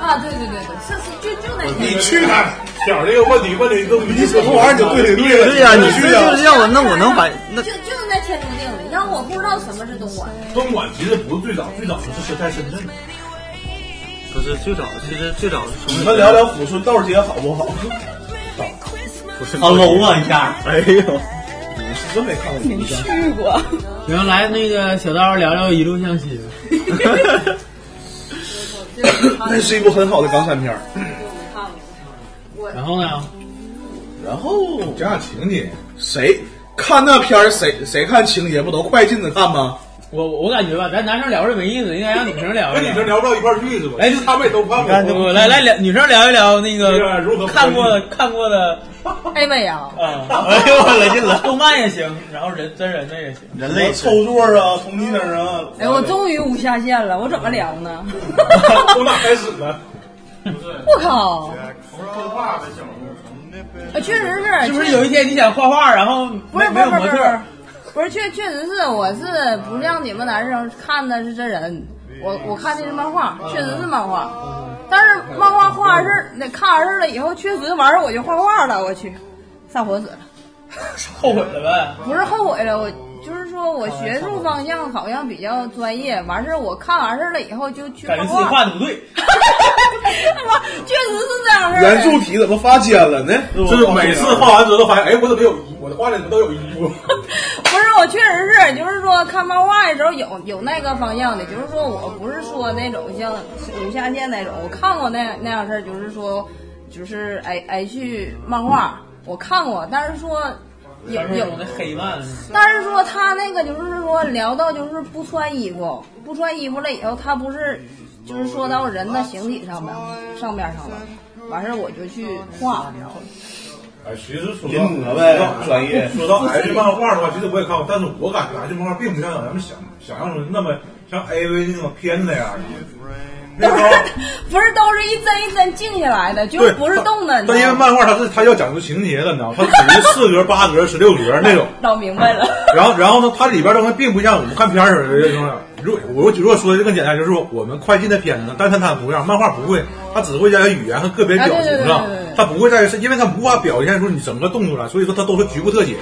Speaker 17: 啊，对对对对，上次就就那天。
Speaker 6: 你去哪儿？
Speaker 9: 想这个问题问的都
Speaker 2: 你什么玩意儿你就对了对了
Speaker 7: 对呀，
Speaker 2: 你
Speaker 7: 你
Speaker 2: 去
Speaker 7: 这
Speaker 2: 呀
Speaker 7: 就是让我那我能把那
Speaker 21: 就就应该天注定的，让我不知道什么是东莞。
Speaker 9: 东莞其实不是最早，最早是是在深圳。
Speaker 7: 不是最早，其实最早是从
Speaker 2: 你们聊聊抚顺道街好不好？
Speaker 7: 不
Speaker 2: 是
Speaker 7: 好 low 啊一下，
Speaker 2: 哎呦，你是真没看过你家。
Speaker 10: 去过，
Speaker 6: 行，来那个小道聊聊一路向 西吧。
Speaker 2: 那是一部很好的港产片儿。
Speaker 6: 然后呢？
Speaker 2: 然后讲讲情节。谁看那片儿？谁谁看情节？不都快进着看吗？
Speaker 6: 我我感觉吧，咱男生聊这没意思，应该让女生聊。
Speaker 2: 跟女生
Speaker 9: 聊不到一块儿去是吧？
Speaker 6: 哎，就
Speaker 9: 他们也都看
Speaker 6: 过。不不来来聊，女生聊一聊那个
Speaker 9: 如何
Speaker 6: 看过的看过的
Speaker 4: 哎没有，
Speaker 6: 啊，哎呦我来劲了， 动漫也行，然后人真人的也行，
Speaker 2: 凑座啊，同地儿啊。
Speaker 4: 哎， 我终于无下限了，我怎么聊呢？
Speaker 9: 从哪开始呢？
Speaker 4: 我靠！啊，确实是，
Speaker 6: 是不是
Speaker 4: 确
Speaker 6: 有一天你想画画，然后
Speaker 4: 不是
Speaker 6: 没没有
Speaker 4: 不是
Speaker 6: 模特
Speaker 4: 不是
Speaker 6: 儿？
Speaker 4: 不是，确确实是，我是不像你们男生看的是真人，
Speaker 6: 嗯
Speaker 4: 我我看的是漫画，确实是漫画。但是漫画画完事儿，那看完事儿了以后，确实完事儿我就画画了，我去，上火死了，
Speaker 6: 后悔了呗？
Speaker 4: 不是后悔了，我就是说我学术方向好像比较专业，完事儿我看完事儿了以后就去
Speaker 6: 感觉
Speaker 4: 画
Speaker 6: 自己
Speaker 4: 画，
Speaker 6: 画的不对，
Speaker 4: 确实是这样式儿
Speaker 2: 原
Speaker 4: 的。
Speaker 2: 著题怎么发尖了呢？
Speaker 9: 就是每次画完之后都发现，哎，我怎么有我的画里怎么都有衣服？
Speaker 4: 不是，我确实是，就是说看漫画的时候有有那个方向的，就是说我不是说那种像无下限那种，我看过那那样事儿，就是说就是挨挨去漫画，我看过，但是说有
Speaker 6: 但是
Speaker 4: 有
Speaker 6: 我那黑漫，
Speaker 4: 但是说他那个就是说聊到就是不穿衣服，不穿衣服了以后，他不是就是说到人的形体上面上面上面，完事儿我就去画，然后
Speaker 9: 哎，其实说
Speaker 2: 临
Speaker 9: 到
Speaker 2: 摹呗专业
Speaker 9: 说到 H 漫画的话，其实我也看过，但是我感觉 H 漫画并不像咱们想想象中那么像 AV 那种片那样 的。那时候
Speaker 4: 不是都是一帧一帧静下来的，就是不是动的。你知
Speaker 9: 但因
Speaker 4: 道
Speaker 9: 为
Speaker 4: 吗
Speaker 9: 漫画它是它要讲究情节的，你知道吗？它属于四格、八格、十六格那种。
Speaker 4: 闹明 白了。
Speaker 9: 然后，然后呢，它里边东西并不像我们看片儿似的这种。如果我如果说的更简单，就是说我们快进的片子，但看它的模样，漫画不会，它只会在于语言和个别表
Speaker 4: 啊对对
Speaker 9: 情
Speaker 4: 对
Speaker 9: 上
Speaker 4: 对对对，
Speaker 9: 它不会在于是因为它无法表现出你整个动作来，所以说它都是局部特 写，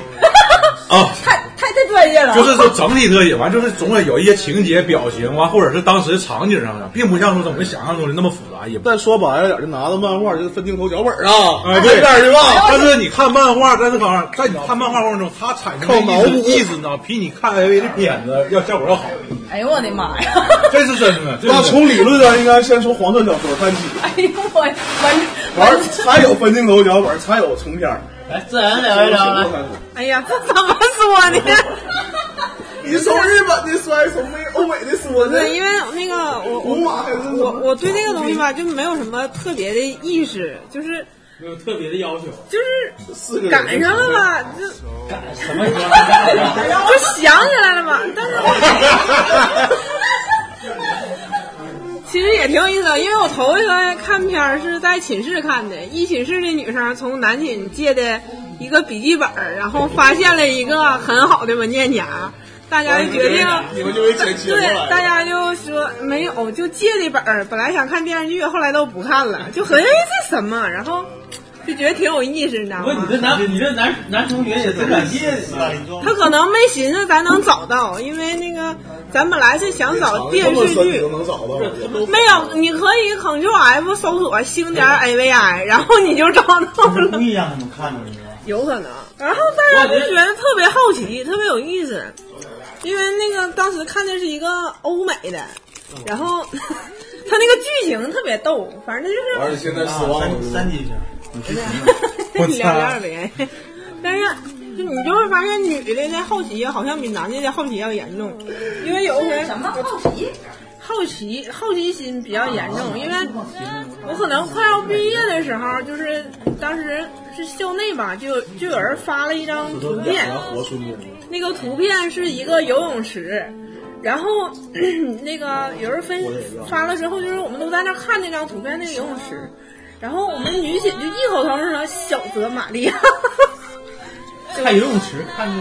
Speaker 4: 太太专业了，
Speaker 9: 就是说整体特写，完就是总会有一些情节、表情啊，或者是当时场景上的，并不像说我们想象中的那么复杂。也
Speaker 2: 但说白了点，就拿着漫画就是分镜头脚本啊，
Speaker 9: 哎，对，
Speaker 2: 这样对吧？
Speaker 9: 但是你看漫画，但是好像在你看漫画过程中，它产生的
Speaker 2: 靠脑补
Speaker 9: 意思意思呢，比你看 AV 的片子要效果要好。
Speaker 4: 哎呦我的妈呀！
Speaker 9: 这是真的。
Speaker 2: 那从理论上应该先从黄色小说看起，
Speaker 4: 哎呦我
Speaker 2: 完儿才有分镜头脚本，才有成片儿。
Speaker 6: 来自然聊一聊来。
Speaker 4: 哎呀，这怎么说呢？
Speaker 2: 你从日本的摔，从美欧美的说呢？
Speaker 10: 对，因为那个我我
Speaker 2: 古马还是什么
Speaker 10: 我我对这个东西吧，就没有什么特别的意识，就是
Speaker 6: 没有特别的要求。
Speaker 10: 就
Speaker 2: 四
Speaker 10: 是
Speaker 2: 个人
Speaker 10: 赶上了吧，就
Speaker 6: 什么时候？
Speaker 10: 就想起来了嘛。但 是我其实也挺有意思的，因为我头一回看片儿是在寝室看的，一寝室的女生从男寝借的一个笔记本儿，然后发现了一个很好的文件夹，大家就决定。
Speaker 2: 你们就为钱切过
Speaker 10: 对，大
Speaker 2: 来。
Speaker 10: 家就说没有，就借的本儿。本来想看电视剧，后来都不看了，就合计哎这什么，然后就觉得挺有意思，你知道
Speaker 6: 不，你
Speaker 10: 吗？
Speaker 6: 这男你这男男同学也真感谢你啊！
Speaker 10: 他可能没寻思咱能找到，因为那个咱本来是想找电视
Speaker 2: 这么深你
Speaker 10: 剧
Speaker 2: 都，能找到，
Speaker 10: 没有，你可以 Ctrl F 搜索星点 AVI，然 后你就找到了。
Speaker 22: 故意让他们看着是吧？
Speaker 10: 有可能。然后大家就觉得特别好奇，特别有意思，因为那个当时看的是一个欧美的，然后 他那个剧情特别逗，反正
Speaker 2: 完
Speaker 10: 就
Speaker 2: 了，
Speaker 10: 是
Speaker 2: 现在失
Speaker 7: 啊
Speaker 2: 望了。
Speaker 22: 三级片，
Speaker 10: 你 聊聊呗。但是就你就会发现，女的的好奇好像比男的的好奇要严重，因为有回
Speaker 21: 什么好奇？
Speaker 10: 好奇好奇心比较严重，因为我可能快要毕业的时候，就是当时是校内吧，就有就有人发了一张图片，
Speaker 2: 活孙子，
Speaker 10: 那个图片是一个游泳池，然后 那个有人分发了之后，就是我们都在那看那张图片，那个游泳池，然后我们女寝就异口同声说“小泽玛利亚”，
Speaker 6: 看游泳池看的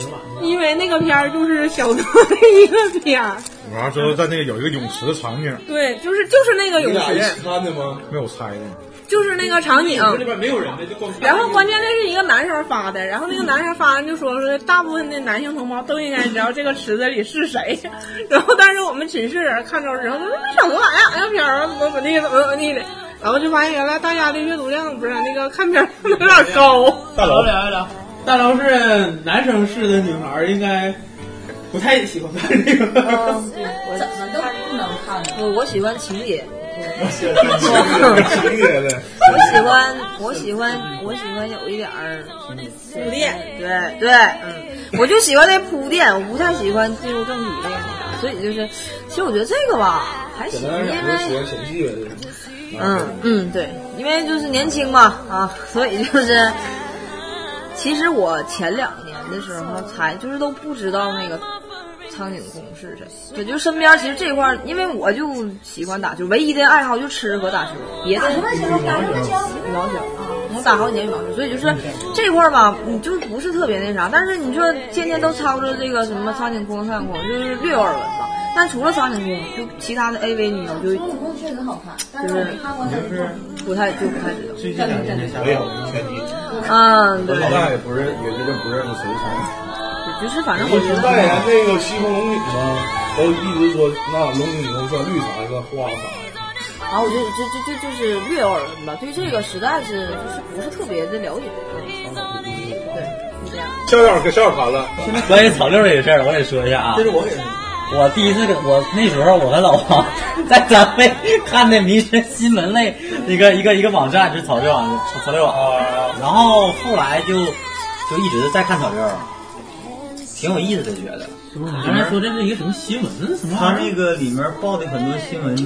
Speaker 6: 河马，
Speaker 10: 因为那个片儿就是小泽的一个片儿，
Speaker 9: 完了之后，在那个有一个泳池的场景，
Speaker 10: 对，就是就是那个泳
Speaker 2: 你俩一
Speaker 10: 池
Speaker 2: 起。看的吗？
Speaker 9: 没有猜的，
Speaker 10: 就是那个场景。
Speaker 23: 这里边没有人的，就光看
Speaker 10: 然后关键那是一个男生发的，然后那个男生发完就说说，大部分的男性同胞都应该知道这个池子里是谁。 然后但是我们寝室人看着之后，说那整个玩意儿，哎呀，片儿怎么怎么地，怎么怎么地的。然后就发现原来大家的阅读量不是那个看片儿有点高。
Speaker 6: 大楼聊一聊，大楼是男生式的女孩儿应该不太喜欢看这个。
Speaker 4: 嗯我怎么都不能看。我我喜欢情节。
Speaker 2: 情节的，
Speaker 4: 我喜欢，我喜欢，我喜欢有一点儿
Speaker 10: 铺垫。
Speaker 4: 对对，嗯，我就喜欢那铺垫，我不太喜欢进入正题那个，所以就是，其实我觉得这个吧还行，
Speaker 2: 简单来
Speaker 4: 因
Speaker 2: 讲，我喜
Speaker 4: 为
Speaker 2: 欢前戏呗，
Speaker 4: 嗯嗯对，因为就是年轻嘛啊，所以就是，其实我前两年的时候才就是都不知道那个嗯苍井空是谁，对，就身边其实这块儿，因为我就喜欢打球，唯一的爱好就吃和打球，别的
Speaker 20: 打什么球打什么球
Speaker 4: 羽毛球啊，我打好几年羽毛球，所以就是这块儿吧，你就不是特别那啥，但是你说天天都操着这个什么苍井空、苍井空，就是略有耳闻吧。但除了苍井空，就其他的 AV 女优就
Speaker 20: 孙悟空确实好看，但
Speaker 4: 就是是
Speaker 20: 我没看过他的作品。
Speaker 4: 不太就不太知道。
Speaker 6: 最近两年
Speaker 2: 我也有前戏。
Speaker 4: 嗯，
Speaker 2: 我
Speaker 4: 对，
Speaker 2: 老大也不认，也认不认识谁是谁。
Speaker 4: 就是反正我觉
Speaker 2: 代言
Speaker 4: 得，
Speaker 2: 那个西风龙女嘛，都一直说那龙女都算绿啥的，花啥
Speaker 4: 然啊后我就就就就就是略有耳闻吧，对这个实在是就是不是特别的了解。对，这样。
Speaker 1: 笑笑跟笑谈了。关于草六这个事儿，我得说一下啊。
Speaker 4: 这是我
Speaker 1: 给我第一次给我那时候我和老王在单位看的民生新闻类一个一个一个网站，就是草六网草六网。然后后来就就一直在看草六，挺有意思的，觉得。
Speaker 6: 你刚才说这是一个什么新闻？什么
Speaker 1: 他
Speaker 6: 玩意
Speaker 1: 这
Speaker 6: 儿？
Speaker 1: 个里面报的很多新闻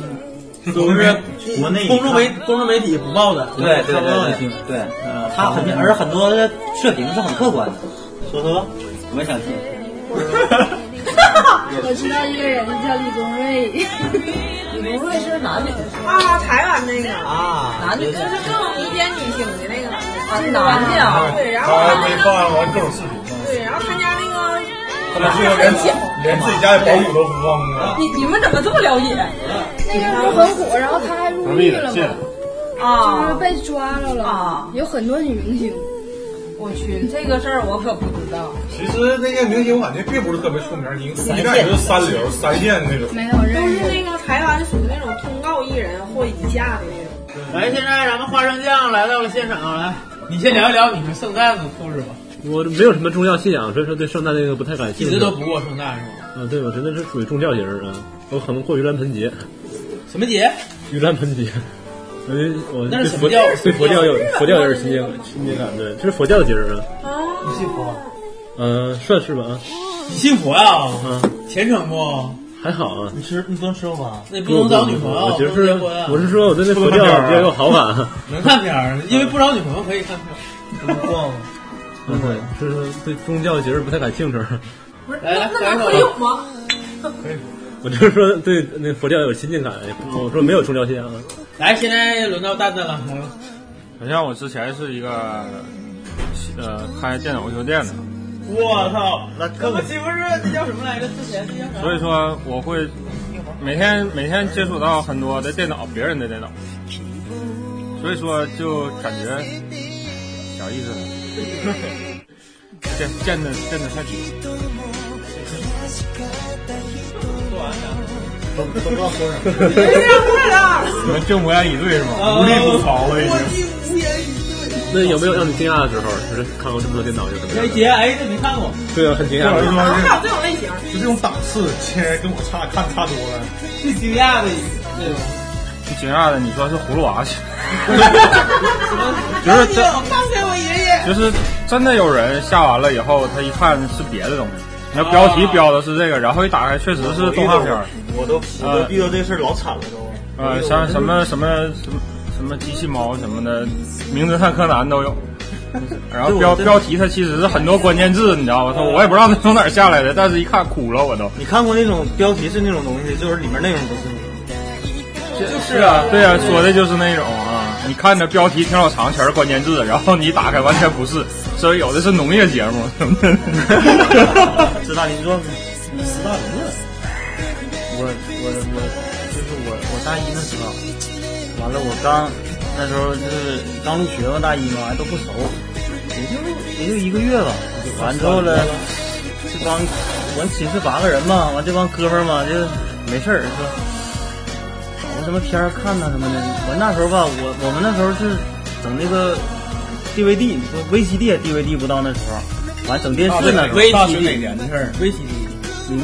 Speaker 6: 都是
Speaker 1: 国内
Speaker 6: 公众媒公众媒体不报的，
Speaker 1: 对对
Speaker 6: 他不报
Speaker 1: 对
Speaker 6: 的
Speaker 1: 对
Speaker 6: 新闻。
Speaker 1: 对，
Speaker 6: 呃
Speaker 1: 他很
Speaker 6: 他
Speaker 1: 而很多的社评是很客观的。说说吧，我想听。
Speaker 12: 我知道一个人叫李宗瑞， 李宗瑞是男的
Speaker 10: 啊，台湾那个
Speaker 1: 啊，
Speaker 10: 男的就是各种迷奸女星的那个，
Speaker 4: 是男的啊
Speaker 10: 对，然后
Speaker 2: 他还没放完各种视频呢，
Speaker 10: 对，然后他家那个，
Speaker 2: 他俩最后连连自己家的保姆都不放过。
Speaker 10: 你你们怎么这么了解？
Speaker 12: 那个时候很火，然后他还入狱了嘛，
Speaker 4: 啊
Speaker 12: 就是被抓着了，有很多女明星。
Speaker 24: 我去，这个事儿我可不知道。
Speaker 2: 其实那些明星我感觉并不是特别出名，你一看也就是三流、三线那种。
Speaker 12: 没
Speaker 10: 都是那个台湾属于那种通告艺人或以下的那种。
Speaker 6: 来，哎现在咱们花生酱来到了现场，啊来，你先聊一聊你们圣诞的故事吧。
Speaker 9: 我没有什么宗教信仰，所以说对圣诞那个不太感
Speaker 6: 一
Speaker 9: 兴趣。
Speaker 6: 直都不过圣诞是吗？
Speaker 9: 嗯，对，我真的是属于宗教型儿啊，我可能过盂兰盆节。
Speaker 6: 什么节？
Speaker 9: 盂兰盆节。我对我
Speaker 6: 那
Speaker 9: 对佛
Speaker 6: 是什么教
Speaker 9: 对佛教有
Speaker 6: 什么教
Speaker 9: 佛教有点亲近亲近感，对，这是佛教节日啊。
Speaker 6: 你信佛？
Speaker 9: 嗯，算是吧啊。
Speaker 6: 你信佛呀？
Speaker 9: 啊，
Speaker 6: 虔诚不？
Speaker 9: 还好啊。
Speaker 1: 你吃你不能吃肉吧？
Speaker 6: 那不能找女朋友，
Speaker 9: 我就是
Speaker 6: 不能结婚啊
Speaker 9: 我是说我对那佛教比较有好感。
Speaker 6: 能看片儿，因为不找女朋友可以看片儿。
Speaker 1: 逛，
Speaker 9: 嗯，对，就是对宗教节日不太感兴趣。
Speaker 10: 不是，
Speaker 6: 来来
Speaker 10: 那
Speaker 6: 来
Speaker 10: 咱可以有吗？
Speaker 9: 我就是说对那佛教有亲近感，我说没有宗教信仰啊。
Speaker 6: 来，现在轮到蛋蛋了，朋友。
Speaker 16: 好像我之前是一个呃开电脑维修店的，
Speaker 6: 我操，那我媳妇是那叫什么来着？之前那叫啥？
Speaker 16: 所以说我会每天每天接触到很多的电脑，别人的电脑，所以说就感觉小意思了，见见的见的太多。
Speaker 6: 说完了。
Speaker 16: 都不知道说啥，
Speaker 6: 你
Speaker 16: 们就模样以对是吗？无力吐槽了已经。
Speaker 9: 那有没有让你惊讶的时候？就是看过这么多电脑有什么
Speaker 6: 哎
Speaker 9: 样
Speaker 6: 姐，
Speaker 9: 的？
Speaker 6: 哎，这没看过。
Speaker 9: 对啊，很惊讶。
Speaker 10: 还有这种类型，
Speaker 2: 就这种档次，亲人跟我差看差多了。
Speaker 6: 最惊讶的一个那种。
Speaker 16: 最惊讶的，你说是葫芦娃去，就
Speaker 10: 放
Speaker 16: 是
Speaker 10: 心，
Speaker 16: 真
Speaker 10: 我放心，我爷爷。
Speaker 16: 就是真的有人下完了以后，他一看是别的东西，那标题标的是这个，然后一打开确实
Speaker 1: 啊
Speaker 16: 是动画片儿，
Speaker 2: 我都
Speaker 16: 我都遇
Speaker 2: 到这事儿老惨了都。
Speaker 16: 呃，像什么什么什么什么机器猫什么的，名侦探柯南都有。然后标
Speaker 1: 对我真的啊
Speaker 16: 标题它其实是很多关键字，你知道吧？它我也不知道它从哪儿下来的，但是一看哭了我都。
Speaker 1: 你看过那种标题是那种东西，就是里面内容都是
Speaker 16: 就是啊，对啊，说的就是那种啊，你看着标题挺老长，全是关键字，然后你打开完全不是，所以有的是农业节目什么的。
Speaker 1: 斯大林传吗？
Speaker 9: 斯大林
Speaker 1: 传。我我我，就是我我大一的时候，
Speaker 16: 完了，我刚
Speaker 7: 那时候就是刚入学嘛，大一嘛，还都不熟，也就也就一个月吧。完之后了，这帮我寝室八个人嘛，完这帮哥们儿嘛就没事儿说找什么片儿看呐、什么的。我那时候吧，我我们那时候是整那个 DVD，不 VCD DVD 不到那时候，完整电视呢。
Speaker 6: 啊大学哪年的事儿？VCD。
Speaker 7: 零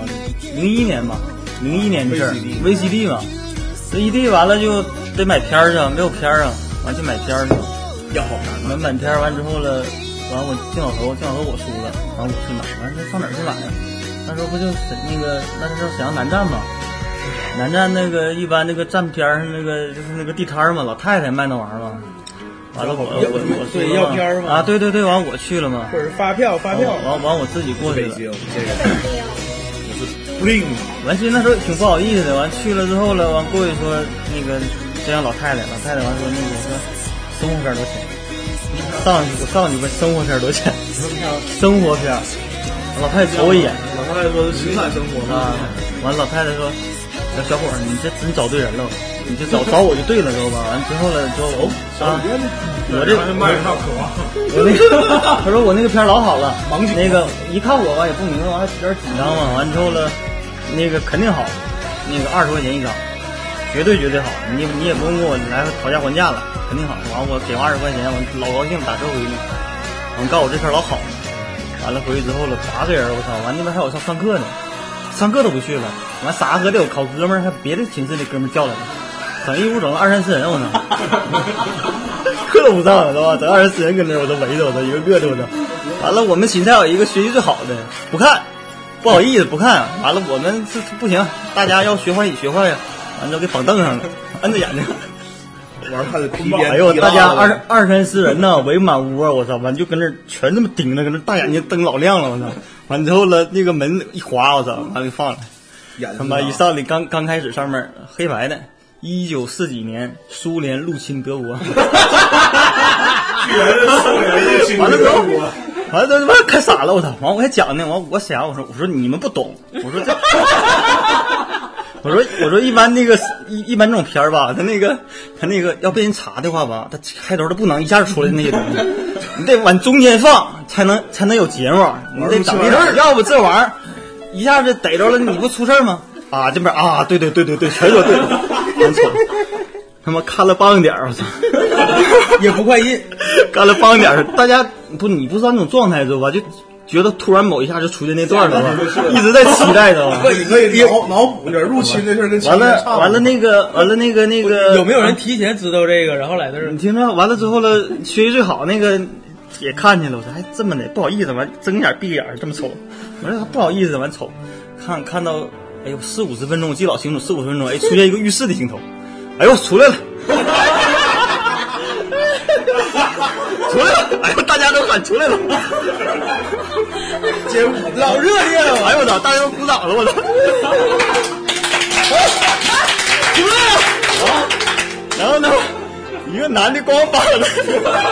Speaker 7: 哦零一年吧，零一年的事儿，VCD 嘛，VCD 完了就得买片儿去啊，没有片儿啊，完去买片儿去，要好片儿，买满片儿完之后了，完我敬老头，敬老头我输了，完我去买，完那上哪儿去买呀？那时候不就沈那个那时候沈阳南站嘛，南站那个一般那个站边儿上那个就是那个地摊儿嘛，老太太卖那玩意儿嘛。完了我我我我
Speaker 6: 对
Speaker 7: 输了
Speaker 6: 要片儿哦嘛
Speaker 7: 啊对对对，完我去了嘛，
Speaker 6: 或者发票发票
Speaker 7: 完完完我自己过去了。
Speaker 6: bling
Speaker 7: 完，其实那时候挺不好意思的。完去了之后了，完过去说那个，就让老太太，老太太完说那个说生活片儿多少钱？上去我上去问嗯生活片儿多少钱？ 生活片儿，老太太瞅我一眼，
Speaker 12: 老太太说是情感生活
Speaker 7: 啊
Speaker 12: 嘛，，
Speaker 7: 完老太太说，小小伙儿，你这真找对人了，你就找找我就对了，知道吧？完之后了之后哦，啊，我这
Speaker 16: 卖得上渴望，
Speaker 7: 我那个， 他说我那个片儿老好了，那个一看我吧也不明白，完还有点紧张嘛，完之后了，那个肯定好，那个二十块钱一张，绝对绝对好，你也你也不用跟我来回讨价还价了，肯定好。完我给我二十块钱，我老高兴打车回去，我告诉我这片儿老好，完了回去之后了八个人，我操，完那边还有上上课呢，上课都不去了，完啥哥的我靠哥们儿还别的寝室的哥们儿叫来了，整一屋整了二三十人，我操。课都不上，知道吧？整二十四人跟那儿，我都围着，我都一个个的，我都。完了，我们寝室还有一个学习最好的，不看，不好意思，不看。完了，我们这不行，大家要学坏也学坏呀。完了，给绑凳上了， 摁着眼睛。
Speaker 12: 完了还得皮鞭。
Speaker 7: 哎呦，
Speaker 12: 提
Speaker 7: 大
Speaker 12: 拉
Speaker 7: 家
Speaker 12: 着
Speaker 7: 二二三十人呢，围满屋啊，我操！完就跟那儿全这么盯着，跟那儿大眼睛瞪老亮了，我操！完之后了，那个门一划，我操，完了就放了。他妈一上来刚刚开始上面黑白的，一九四几年苏联入侵德国。完了之后，完了之后他妈看傻了，我操！完我还讲呢，完我想我说我说你们不懂，我说这，我说我说一般那个一一般这种片儿吧，他那个他那个要被人查的话吧，他开头他不能一下出来那些东西，你得往中间放才能才能有节目，你得整一整，要不这玩意儿一下子逮着了，你不出事儿吗？啊，这边啊，对对对对对，全说对了，真错。他妈看了半个点儿，我操，也不快印，干了半个点儿，大家不你不知道那种状态知道吧？就觉得突然某一下就出现那段儿了 吧，一直在期待着吧。
Speaker 2: 可以可以脑脑补着入侵这事儿跟
Speaker 7: 完了完了那个完了那个那个
Speaker 6: 有没有人提前知道 这个，然后来这儿？
Speaker 7: 你听着，完了之后了，学习最好那个也看见了，我说还哎这么的，不好意思，完睁眼闭眼儿这么瞅，我说不好意思，完瞅，看看到，哎呦四五十分钟，我记老清楚，四五十分钟，哎出现一个浴室的镜头，哎呦出来了，出来了，哎呦大家都喊出来了，街舞老热烈了，哎呦我操，大家都鼓掌了，我操， 出来了。然后呢，一个男的光膀子，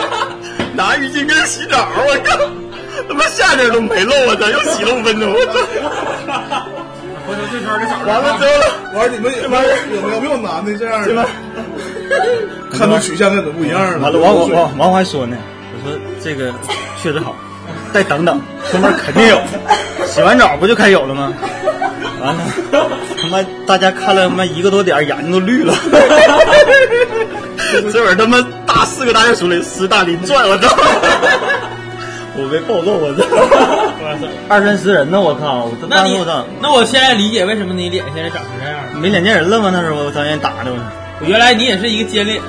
Speaker 7: 拿浴巾跟人洗澡，我靠，他妈下点都没露，我操，又洗了五分钟，我操。
Speaker 16: 回头这圈儿给找着
Speaker 7: 完了之后呢，
Speaker 2: 我说你们有没有有没有没有男的这样的？
Speaker 7: 看出取向跟不一样
Speaker 2: 了
Speaker 7: 完了，完我完完我还说呢，我说这个确实好，再等等，哥们儿肯 定有。洗完澡不就开有了吗？完了，他妈大家看了他妈一个多点儿，眼睛都绿 了。这会儿他妈大四个大学出来，十大林转，我操！我被暴露，我 操！二三十人呢，我靠！我
Speaker 6: 那
Speaker 7: 当时
Speaker 6: 你
Speaker 7: 我操，
Speaker 6: 那我现在理解为什么你脸现在长成这样了。
Speaker 7: 没脸见人了吗？那时候我当年打的，我操！
Speaker 6: 我原来你也是一个尖脸，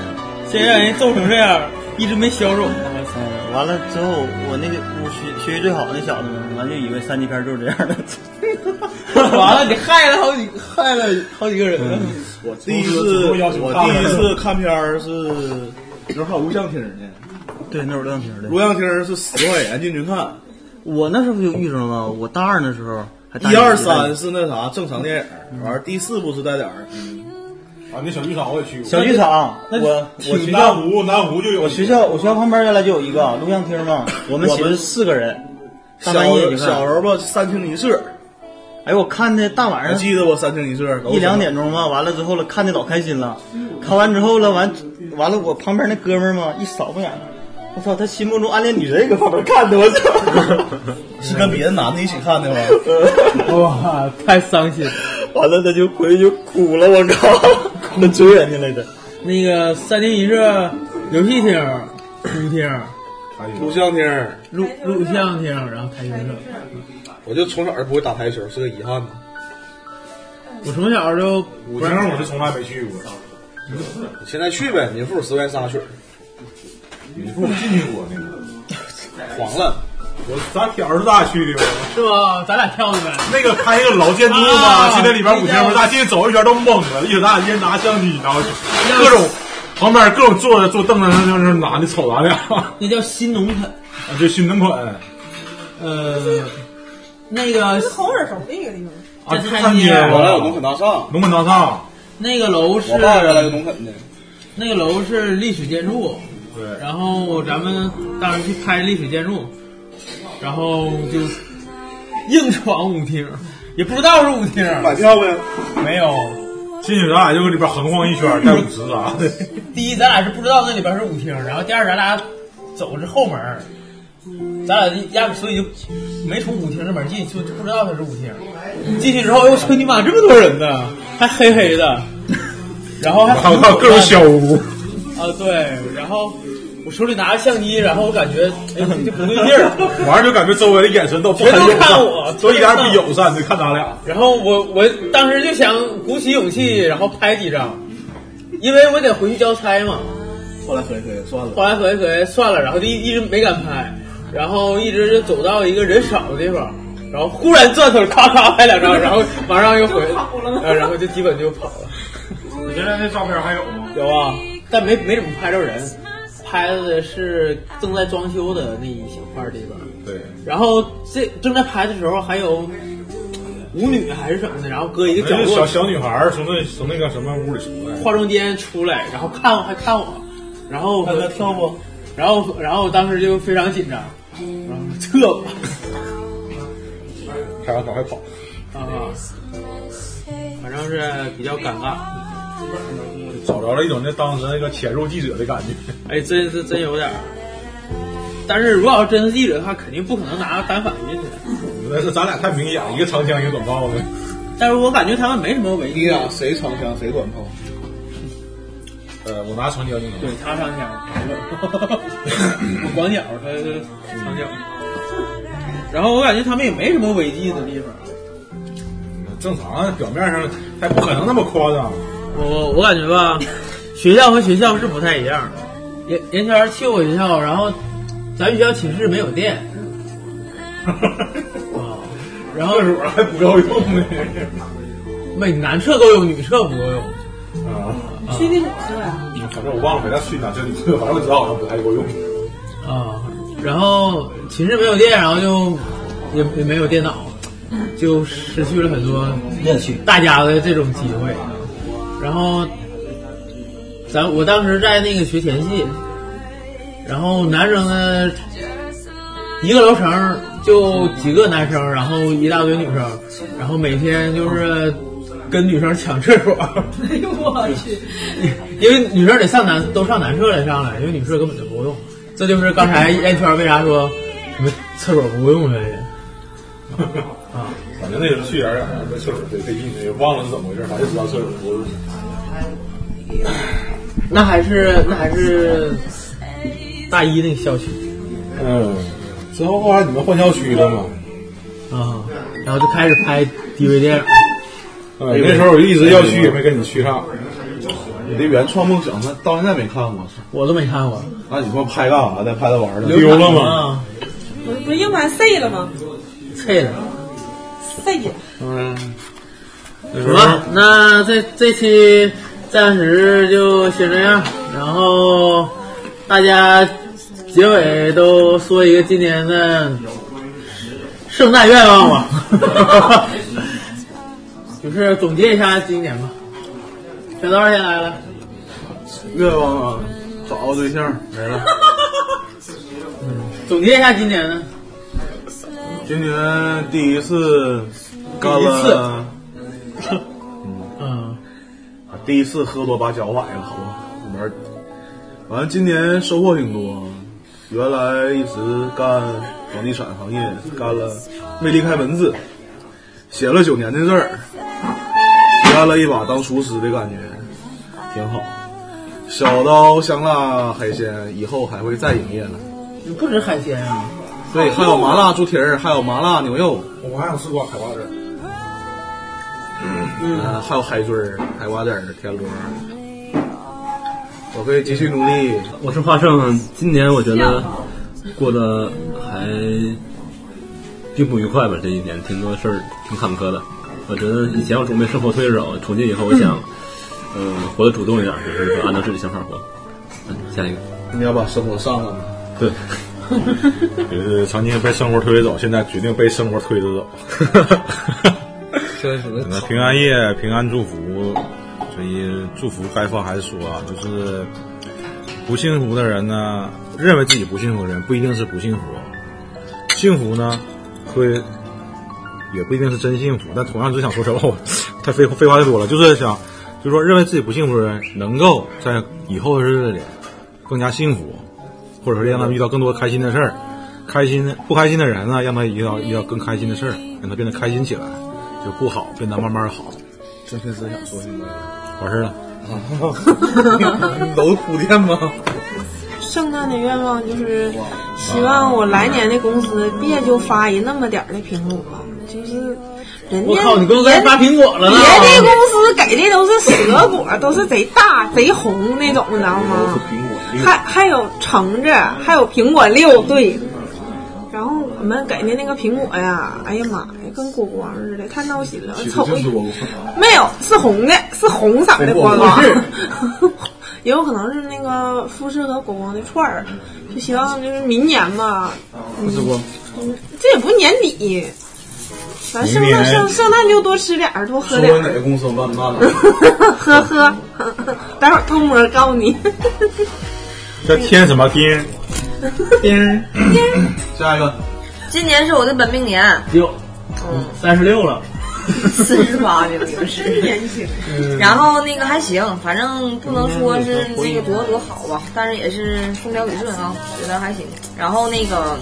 Speaker 6: 现在让人揍成这样，一直没消肿。我操！
Speaker 7: 完了之后，我那个我学学习最好那小子们，完就以为三级片就是这样 的。
Speaker 6: 完了，你害了好几害了好几个人。
Speaker 12: 嗯我第一次我第一次看片儿是那时候还有录像厅呢，
Speaker 7: 对，那会儿录像厅的。
Speaker 12: 录像厅是十块钱进去看，
Speaker 7: 我那时候就遇上了吗？我大二那时候还大
Speaker 12: 一二三是那啥正常电
Speaker 7: 嗯
Speaker 12: 影，完了第四部是带点儿。
Speaker 2: 啊，那小剧场我也去
Speaker 7: 小剧场，
Speaker 12: 那
Speaker 7: 我
Speaker 12: 挺
Speaker 7: 我学校
Speaker 12: 南湖南湖就有
Speaker 7: 我学校我学校旁边原来就有一个录像厅嘛，我们寝室四个人，
Speaker 12: 小
Speaker 7: 大半夜你看
Speaker 12: 小时候吧，三厅一室。
Speaker 7: 哎呦，我看的大晚上
Speaker 12: 我记得我三厅一室，
Speaker 7: 一两点钟嘛，完了之后了，看的老开心了，看完之后了，完完了我旁边那哥们儿嘛，一扫不眼儿，我操，他心目中暗恋女神搁旁边看着我操，
Speaker 2: 是跟别的男的一起看的吗？
Speaker 7: 哇，太伤心了。完了，他嗯就回去就哭了，我靠，他 追人家来着。
Speaker 6: 那个三厅一社游戏厅、书厅、
Speaker 2: 哎录像厅，
Speaker 6: 录录像厅，然后台球社。
Speaker 2: 我就从小就不会打台球，是个遗憾呢。
Speaker 6: 我从小就
Speaker 2: 舞
Speaker 6: 不让
Speaker 2: 厅我就从来没去过，你现在去呗，民富十块钱仨曲儿，
Speaker 9: 你不进去过那个？
Speaker 2: 黄了。
Speaker 9: 我咱挑着大去的吧，
Speaker 6: 是吧？咱俩跳的呗。
Speaker 9: 那个开一个老监督嘛，
Speaker 6: 啊
Speaker 9: 现在里边五天不大，进去走一圈都懵了，一直大一人拿相机，然后就各种旁边各种坐着坐凳子上就是男的瞅咱俩，
Speaker 6: 那叫新农垦，
Speaker 9: 啊，就新农款，
Speaker 6: 呃，那个
Speaker 10: 是红耳熟的一个地方。
Speaker 9: 啊，
Speaker 6: 在
Speaker 9: 就
Speaker 6: 太
Speaker 9: 看
Speaker 6: 街
Speaker 9: 街，
Speaker 6: 完了有
Speaker 2: 农垦大厦，
Speaker 9: 农垦大厦，
Speaker 6: 那个楼是
Speaker 2: 我爸原来就农垦的，
Speaker 6: 那个楼是历史建筑，
Speaker 9: 对。
Speaker 6: 然后咱们当时去拍历史建筑，然后就硬闯舞厅，也不知道是舞厅。
Speaker 9: 买票呗？
Speaker 6: 没有，
Speaker 9: 进去咱俩就里边横晃一圈，带舞池啥的。
Speaker 6: 第一咱俩是不知道那里边是舞厅，然后第二咱俩走是后门儿，咱俩压根所以就没从舞厅这门进，就就不知道它是舞厅。进去之后，哎我操你妈，这么多人呢，还黑黑的，然后 还
Speaker 9: 还有还有各种小屋，
Speaker 6: 啊，对，然后我手里拿着相机，然后我感觉哎这这不对劲儿，
Speaker 9: 完了就感觉周围的眼神都不很
Speaker 6: 全
Speaker 9: 友
Speaker 6: 都看
Speaker 9: 善
Speaker 6: 我，
Speaker 9: 都一点儿不友善，就看咱俩。
Speaker 6: 然后我我当时就想鼓起勇气，然后拍几张，因为我得回去交差嘛。
Speaker 2: 后来合计合计算了，
Speaker 6: 后来合计合计算了，然后就一一直没敢拍，然后一直就走到一个人少的地方，然后忽然转头咔咔拍两张，然后马上又回，呃，然后就基本就跑 了。
Speaker 16: 你现在那照片还有吗？
Speaker 6: 有啊，但没没怎么拍着人，拍的是正在装修的那一小块地方。
Speaker 9: 对，
Speaker 6: 然后这正在拍的时候，还有舞女还是什么的，然后搁一个角
Speaker 9: 那
Speaker 6: 落，
Speaker 9: 小小女孩儿从那从那个什么屋里出来，
Speaker 6: 化妆间出来，然后看我还看我，然后
Speaker 9: 看她跳
Speaker 6: 不？然后然后我当时就非常紧张，然后撤吧，
Speaker 9: 拍完赶快跑。
Speaker 6: 啊，反正是比较尴尬。
Speaker 9: 找着了一种那当时那个潜入记者的感觉。
Speaker 6: 哎，真是真有点儿。但是如果要真是记者的话，肯定不可能拿单反进去。
Speaker 9: 那是咱俩太明显，一个长枪，一个短炮的。
Speaker 6: 但是我感觉他们没什么违啊
Speaker 2: 你俩谁长枪谁短炮？
Speaker 9: 呃，我拿长枪就能。
Speaker 6: 对他长 枪，
Speaker 9: 哎
Speaker 6: 我广角，他长枪。然后我感觉他们也没什么违纪的地方。
Speaker 9: 正常，啊表面上还不可能那么夸张。
Speaker 6: 我我感觉吧，学校和学校是不太一样的。严严圈去我学校，然后咱学校寝室没有 电，啊然后
Speaker 9: 厕所还不够用呢。
Speaker 6: 没男厕够用，女厕不够用。
Speaker 9: 啊，
Speaker 10: 去那什啊么去了？
Speaker 9: 反正我忘了给他去哪，这里反正我知道好像不太够用。
Speaker 6: 啊，然后寝室没有电，然后就也也没有电脑，就失去了很多乐趣，大家的这种机会。然后，咱我当时在那个学田系，然后男生呢，一个楼层就几个男生，然后一大堆女生，然后每天就是跟女生抢厕所。
Speaker 14: 哎呦我去！
Speaker 6: 因为女生得上男都上男厕来上来，因为女厕根本就不用。这就是刚才烟圈为啥说什么厕所不用的原因。啊，
Speaker 9: 反正那时候去人那厕所得费劲，也忘了是怎么回事，反正知道厕所不够用。
Speaker 6: 那还是那还是大一那个校区
Speaker 9: 嗯，之后后来你们换校区了吗？
Speaker 6: 啊，然后就开始拍 DV 电影。
Speaker 9: 嗯，那时候我一直要去，也没跟你 去上。
Speaker 2: 你的原创梦想，那到现在没看过，
Speaker 6: 我都没看过。
Speaker 2: 那你说拍干啥的？拍它玩儿的？
Speaker 9: 丢了吗？
Speaker 6: 啊，
Speaker 10: 我不是硬盘碎了吗？
Speaker 6: 碎了。
Speaker 10: 碎了。
Speaker 6: 嗯，行吧，那这这期暂时就先这样，然后大家结尾都说一个今年的圣诞愿望吧， 就是总结一下今年吧。小刀先来了，
Speaker 2: 愿望啊，找个对象没了。
Speaker 6: 总结一下今年呢？
Speaker 2: 今年第一次干了，
Speaker 6: 嗯，
Speaker 12: 啊
Speaker 2: 第一次喝多把脚崴了，好吧，里面
Speaker 12: 反正今年收获挺多，原来一直干房地产行业，干了没离开文字，写了九年的字儿，干了一把当厨师的感觉，挺好。小刀香辣海鲜以后还会再营业了，
Speaker 6: 你 不止海鲜啊，
Speaker 12: 对，还有麻辣猪蹄儿，还有麻辣牛肉，
Speaker 2: 我还想吃过海瓜子儿，
Speaker 12: 嗯，啊还有海锥儿、海瓜子儿、田螺儿。我会继续努力。
Speaker 25: 我是华盛，今年我觉得过得还并呃不愉快吧，这一年挺多事儿，挺坎坷的。我觉得以前我准备生活推着走，从今以后我想，嗯、活得主动一点，就是说按照自己想法活。嗯，下一个，
Speaker 12: 你要把生活上了吗？
Speaker 25: 对，
Speaker 9: 就是呃曾经被生活推着走，现在决定被生活推着走。
Speaker 6: 这是什么？
Speaker 9: 那平安夜，平安祝福，所以祝福该放还是说啊，就是不幸福的人呢，认为自己不幸福的人不一定是不幸福，哦幸福呢会也不一定是真幸福，但同样只想说什么，我太废废话太多了，就是想，就是说认为自己不幸福的人能够在以后的日子里更加幸福，或者说让他遇到更多开心的事儿，开心的不开心的人呢，让他遇到遇到更开心的事儿，让他变得开心起来，就不好变得慢慢好。
Speaker 2: 真心是想说这个，
Speaker 9: 完事儿了。
Speaker 2: 楼铺垫吗？
Speaker 10: 圣诞的愿望就是希望我来年的公司别就发一那么点儿的苹果，就是人家
Speaker 6: 我靠，你公司还发苹果了呢？
Speaker 10: 别的公司给的都是蛇果，都是贼大贼红那种，你知道吗？还还有橙子，还有苹果六，对。然后我们给的那个苹果呀，哎呀妈呀，跟果光似的，太闹心了，瞅一
Speaker 2: 我
Speaker 10: 没有，是红的，是红色的
Speaker 2: 果
Speaker 10: 光
Speaker 2: 光
Speaker 10: 光
Speaker 2: 是，
Speaker 10: 也有可能是那个富士和果光的串儿，就希望就是明年吧，
Speaker 2: 啊不是我，
Speaker 10: 这也不年底，咱圣
Speaker 2: 明
Speaker 10: 诞
Speaker 2: 年
Speaker 10: 圣圣诞就多吃点儿，多喝
Speaker 2: 说
Speaker 10: 点
Speaker 2: 我
Speaker 10: 儿，
Speaker 2: 哪个公司我办不办了？
Speaker 10: 喝喝， 待会儿偷摸告诉你，
Speaker 9: 叫天什么丁儿？
Speaker 6: 丁
Speaker 12: 下一个，
Speaker 4: 今年是我的本命年，
Speaker 6: 六，三十六了，
Speaker 4: 四十八了， 就是。
Speaker 10: 年轻。
Speaker 4: 然后那个还行，反正嗯不能说是那个多多好吧，但是也是风调雨顺啊，觉得还行。然后那个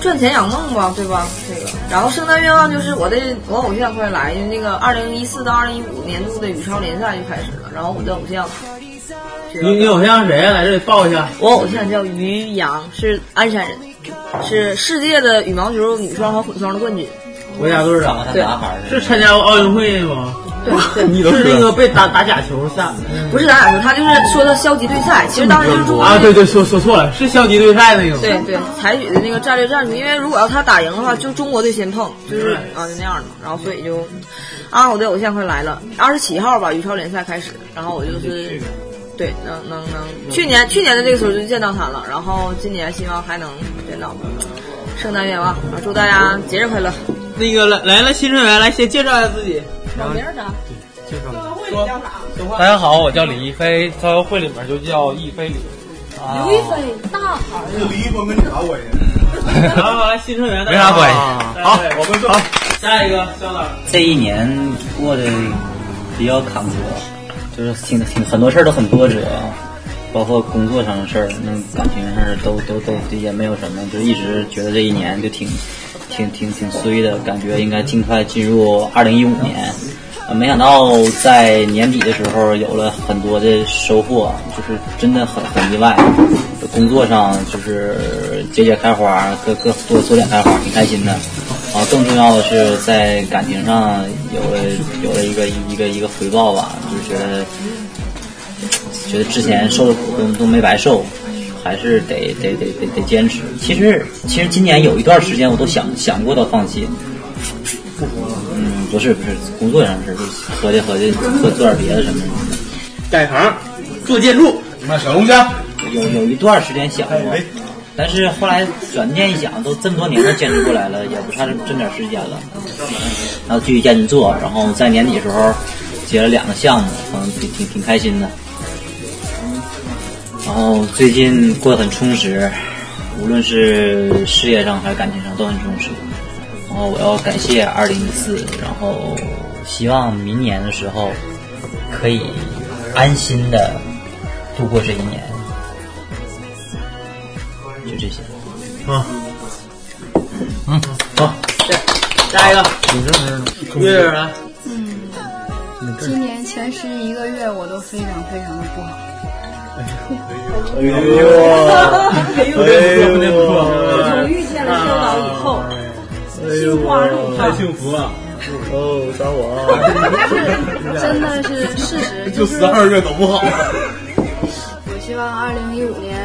Speaker 4: 赚钱养梦吧，对吧？这个。然后圣诞愿望就是我的我偶像快来，因为那个二零一四到二零一五年度的羽超联赛就开始了，然后我的偶像。
Speaker 6: 你你偶像是谁啊？来这里报一下。
Speaker 4: 我偶像叫于洋，是鞍山人，是世界的羽毛球女双和混双的冠军。
Speaker 6: 国家队
Speaker 4: 长
Speaker 6: 长
Speaker 4: 得像男孩
Speaker 1: 儿
Speaker 6: 是参加过奥运会吗？ 对，是那个被打打假球下
Speaker 4: 不是咱俩说，他就是说的消极对赛，其实当时就是中国
Speaker 6: 啊，对对，说说错了，是消极对赛那个吗。
Speaker 4: 对对，采取的那个战略战术，因为如果要他打赢的话，就中国队先碰，就是啊就那样的嘛。然后所以就，啊，我的偶像快来了，二十七号吧，羽超联赛开始，然后我就是，对，能能能，去 年去年的这个时候就见到他了，然后今年希望还能见到。圣诞愿望，啊祝大家节日快乐！
Speaker 6: 那个来来了，新成员来先介绍一下自己。
Speaker 4: 啥？
Speaker 6: 介绍
Speaker 10: 说
Speaker 6: 大家好，我叫李一飞，招友会里面就叫一飞李。
Speaker 17: 刘亦菲大牌儿啊，
Speaker 2: 离婚跟你啥关系？
Speaker 6: 然后新成员啊
Speaker 1: 没啥关系好
Speaker 6: 我们好，下一个肖导。
Speaker 1: 这一年过得比较坎坷，就是挺挺很多事儿都很波折啊，包括工作上的事儿、那感情上的事儿都都都也没有什么，就一直觉得这一年就挺挺挺挺衰的，感觉应该尽快进入二零一五年。呃没想到在年底的时候有了很多的收获，啊就是真的很很意外。工作上就是节节开花，各各多多点开花，挺开心的。然后更重要的是在感情上有了有了一个一个一个回报吧，就是觉得觉得之前受的苦都都没白受，还是得得得得得坚持。其实其实今年有一段时间我都想想过到放弃，嗯，不是不是工作上的事儿，就是合计合计做做点别的什么的。
Speaker 6: 改行做建筑，
Speaker 1: 卖小龙虾。哎有有一段时间想过，但是后来转念一想，都这么多年都坚持过来了，也不差这这么点时间了。然后继续坚持做，然后在年底的时候接了两个项目，嗯，挺挺挺开心的。然后最近过得很充实，无论是事业上还是感情上都很充实。然后我要感谢二零一四，然后希望明年的时候可以安心的度过这一年，就这些。
Speaker 6: 啊，
Speaker 1: 嗯，好，
Speaker 6: 下一个，
Speaker 1: 有什么
Speaker 6: 月啊月来，
Speaker 18: 今年前十一个月我都非常非常的不好。
Speaker 12: 哎呦，哎呦，哎
Speaker 14: 我遇见了修导以后，
Speaker 12: 呦，心花怒放，太幸福了。哦，撒谎，
Speaker 18: 真的是事实，
Speaker 12: 就是十二月都不好。
Speaker 18: 我希望二零一五年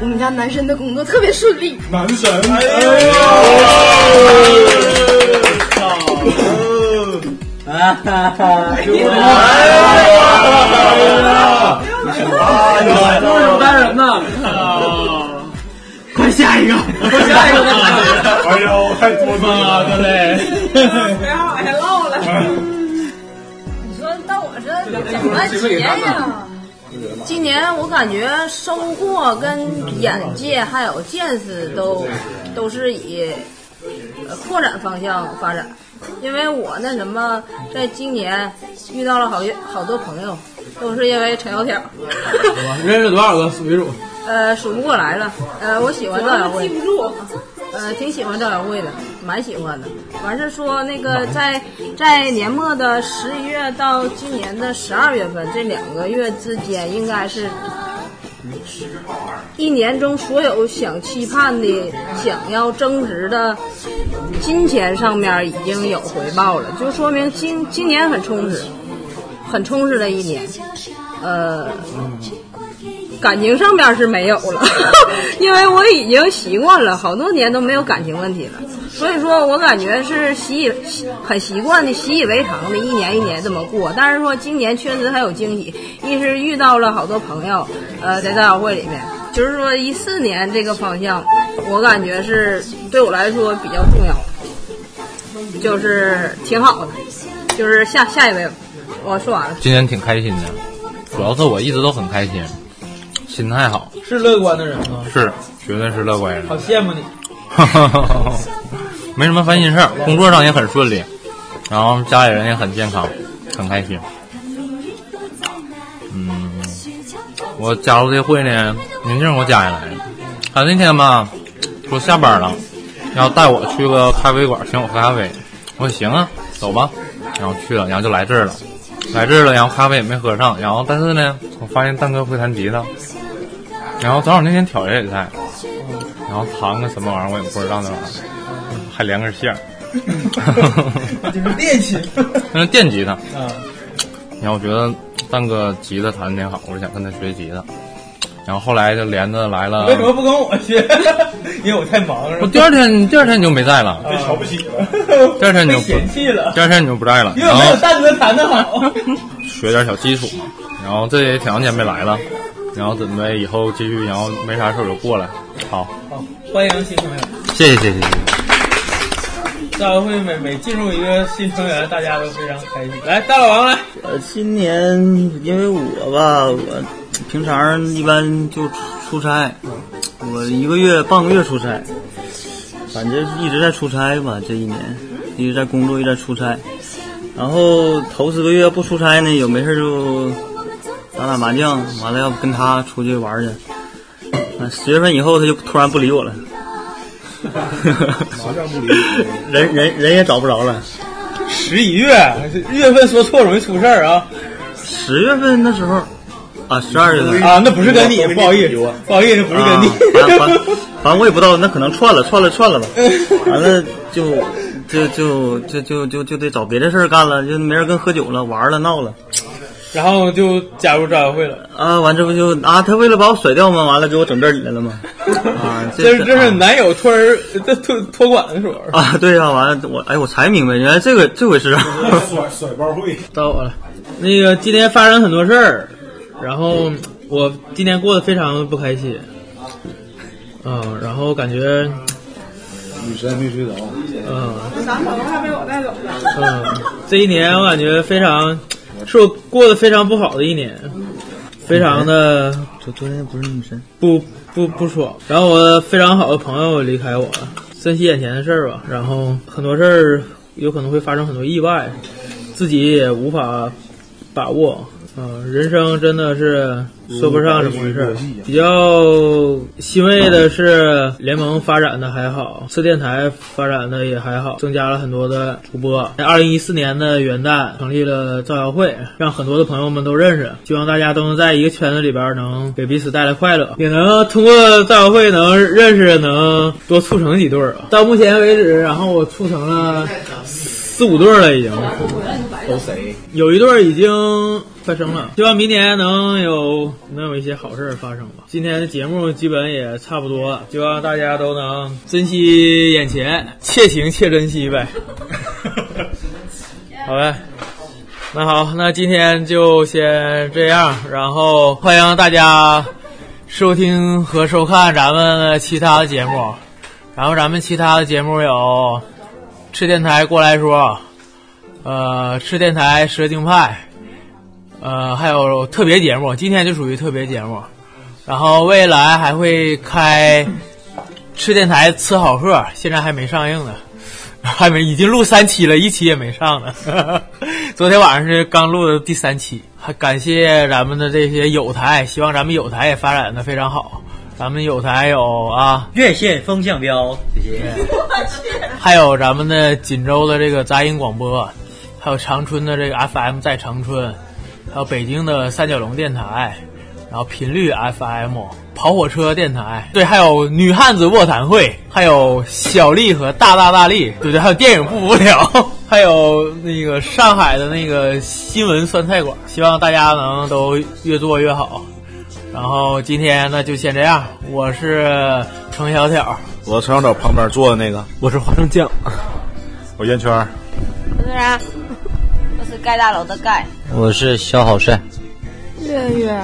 Speaker 18: 我们家男神的工作特别顺利。
Speaker 12: 男神，哎
Speaker 1: 呦，啊哈哈！
Speaker 6: 哎呀，都是有单人呢。啊，快下一个，快下一个，
Speaker 12: 哎呦，太多
Speaker 6: 妈的嘞！
Speaker 10: 哎
Speaker 14: 不要往下唠了。
Speaker 19: 你说到我这怎么结呀？
Speaker 4: 今年我感觉收获跟眼界还有见识都都是以呃扩展方向发展，因为我那什么，在今年遇到了好些好多朋友，都是因为陈小挑，
Speaker 6: 我认识多少个水主？
Speaker 4: 呃，数不过来了。呃，我喜欢赵小慧
Speaker 14: 记，不住，
Speaker 4: 呃，挺喜欢赵小慧的，蛮喜欢的。完事儿说那个在在年末的十一月到今年的十二月份这两个月之间，应该是一年中所有想期盼的、想要增值的金钱上面已经有回报了，就说明今今年很充实，很充实的一年。呃，感情上面是没有了， 因为我已经习惯了，好多年都没有感情问题了，所以说我感觉是习以很习惯的、习以为常的，一年一年这么过。但是说今年确实还有惊喜，一是遇到了好多朋友，呃，在大小会里面，就是说一四年这个方向，我感觉是对我来说比较重要的，就是挺好的，就是下下一位，我说完了。
Speaker 26: 今年挺开心的，主要是我一直都很开心，心态好，
Speaker 6: 是乐观的人吗？
Speaker 26: 是绝对是乐观人，
Speaker 6: 好羡慕你。
Speaker 26: 没什么烦心事儿，工作上也很顺利，然后家里人也很健康，很开心。嗯，我加入这会呢，宁静给我加进来的。他那天吧，说下班了，要带我去个咖啡馆，请我喝咖啡。我说行啊，走吧。然后去了，然后就来这儿了，来这儿了，然后咖啡也没喝上。然后但是呢，我发现蛋哥会弹吉他，然后正好那天挑人也在，然后弹个什么玩意儿我也不知道那玩意儿，还连根线儿。
Speaker 6: 就是练习。
Speaker 26: 那是电吉他。
Speaker 6: 啊，
Speaker 26: 然后我觉得蛋哥吉他弹的挺好，我就想跟他学吉他。然后后来就连着来了
Speaker 6: 为，什么不跟我学？因为我太忙了。
Speaker 26: 我第二天第二天你就没在了，
Speaker 6: 被瞧不起了，
Speaker 26: 第二天你就
Speaker 6: 被
Speaker 26: 不
Speaker 6: 嫌弃了
Speaker 26: 第，二天你就不在了，
Speaker 6: 因
Speaker 26: 然
Speaker 6: 为没
Speaker 26: 后
Speaker 6: 有大哥弹的好。
Speaker 26: 学点小基础嘛。然后这也挺长时间没来了，然后准备以后继续，然后没啥事儿我就过来。好，
Speaker 6: 好，欢迎新成员。
Speaker 26: 谢谢谢谢谢谢。
Speaker 6: 大家会每每进入一个新成员，大家都非常开心。来，大老王来，
Speaker 7: 呃，今年因为我吧，我平常一般就出出差，我一个月半个月出差，反正一直在出差吧，这一年一直在工作，一直在出差。然后头十个月不出差呢，有没事就打打麻将，完了要不跟他出去玩去。啊十月份以后他就突然不理我了，
Speaker 12: 麻将不理我，
Speaker 7: 人人人也找不着了。
Speaker 6: 十一月月份说错容易出事儿啊。
Speaker 7: 十月份那时候，啊，十二月份
Speaker 6: 啊，那不是跟你，不好意思，不好意思，不是跟你。
Speaker 7: 啊反反反正我也不知道，那可能串了，串了，串了吧。完了就就就就就就就得找别的事儿干了，就没人跟喝酒了、玩了、闹了。
Speaker 6: 然后就加入招友会了
Speaker 7: 啊，完这不就啊，他为了把我甩掉嘛，完了给我整这里来了 嘛。啊，
Speaker 6: 这是
Speaker 7: 这
Speaker 6: 这是男友托儿这托托管的所。
Speaker 7: 啊，对呀、完了我哎，我才明白，原来这个这 回事啊。
Speaker 12: 甩甩包会，
Speaker 6: 到我了。那个今天发生很多事儿，然后我今天过得非常不开心，嗯，然后感觉，
Speaker 12: 女神没睡着。
Speaker 6: 嗯
Speaker 14: 我男朋友还被我带走
Speaker 6: 嗯
Speaker 14: 了。，
Speaker 6: 这一年我感觉非常，是我过得非常不好的一年，非常的
Speaker 7: 昨昨天不是女神，
Speaker 6: 不不不爽。然后我非常好的朋友离开我了，珍惜眼前的事儿吧。然后很多事儿有可能会发生很多意外，自己也无法把握。嗯，人生真的是嗯说不上怎么回事儿。比较欣慰的是，联盟发展的还好，测电台发展的也还好，增加了很多的主播。在二零一四年的元旦，成立了造谣会，让很多的朋友们都认识，希望大家都能在一个圈子里边儿能给彼此带来快乐，也能通过造谣会能认识，能多促成几对儿啊。到目前为止，然后我促成了四五对儿了，已经。
Speaker 2: 都谁？
Speaker 6: 有一对儿已经发生了，希望明年能有能有一些好事儿发生吧。今天的节目基本也差不多了，希望大家都能珍惜眼前，且行且珍惜呗。好呗，那好，那今天就先这样，然后欢迎大家收听和收看咱们的其他的节目，然后咱们其他的节目有吃电台过来说。呃，吃电台蛇精派，呃，还有特别节目，今天就属于特别节目。然后未来还会开吃电台吃好喝，现在还没上映呢， 还没已经录三期了， 一期也没上呢。昨天晚上是刚录的第三期，还感谢咱们的这些友台，希望咱们友台也发展的非常好。咱们友台有啊，
Speaker 27: 越线风向标，谢谢。
Speaker 6: 还有咱们的锦州的这个杂音广播，还有长春的这个 FM 在长春，还有北京的三角龙电台，然后频率 FM、跑火车电台， 对，还有女汉子卧谈会，还有小丽和大大大力，对对，还有电影不无聊， 还有那个上海的那个新闻酸菜馆，希望大家能都越做越好。然后今天呢就先这样，我是程小挑。
Speaker 2: 我成长岛旁边坐的那个，
Speaker 28: 我是花生酱，
Speaker 2: 我圆圈儿。
Speaker 4: 我是啥？我是盖大楼的盖。
Speaker 29: 我是肖好帅，
Speaker 4: 月月。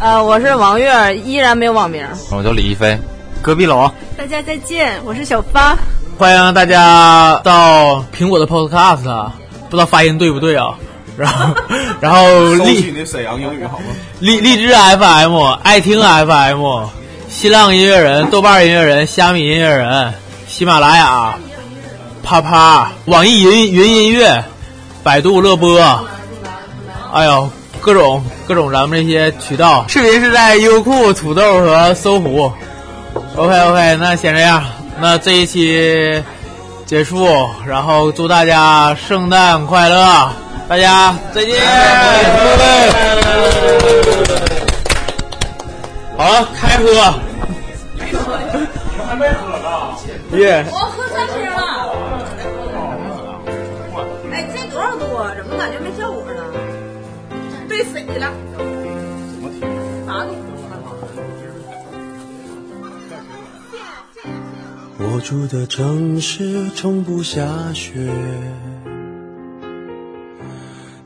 Speaker 4: 呃，我是王月，依然没有网名。
Speaker 29: 我叫李一飞，
Speaker 6: 隔壁啊老王。
Speaker 30: 大家再见，我是小发。
Speaker 6: 欢迎大家到苹果的 Podcast，啊不知道发音对不对啊？然后，然后
Speaker 2: 收
Speaker 6: 荔
Speaker 2: 起那沈阳英语好吗？
Speaker 6: 荔荔枝 FM、爱听 FM、新浪音乐人、豆瓣音乐人、虾米音乐人、喜马拉雅、啪啪、网易云云音乐、百度乐播，哎呦，各种各种咱们这些渠道。视频是在优酷、土豆和搜狐。OK OK，那先这样，那这一期结束，然后祝大家圣诞快乐，大家再见，拜拜。好了，开喝，
Speaker 16: 还没喝呢。
Speaker 6: 耶、
Speaker 31: 我喝三瓶了。
Speaker 10: 哎，这多少度啊？怎么感觉没效果呢？对谁了？啥度？
Speaker 12: 我住的城市从不下雪，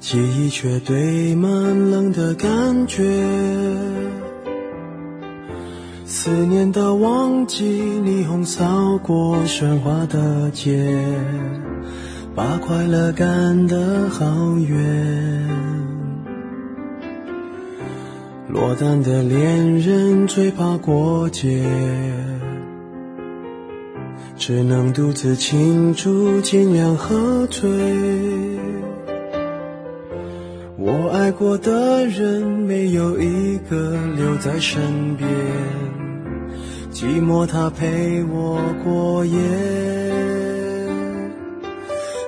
Speaker 12: 记忆却堆满冷的感觉。思念的旺季，霓虹扫过喧哗的街，把快乐赶得好远。落单的恋人最怕过节。只能独自庆祝，尽量喝醉。我爱过的人，没有一个留在身边，寂寞它陪我过夜。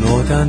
Speaker 12: 落单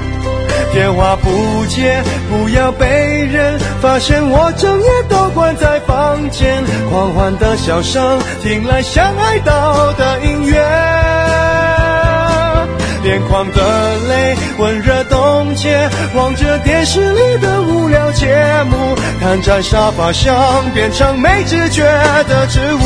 Speaker 5: 电话不接，不要被人发现我整夜都关在房间，狂欢的笑声听来像哀悼的音乐。眼眶的泪温热冻结，望着电视里的无聊节目，瘫在沙发上变成没知觉的植物。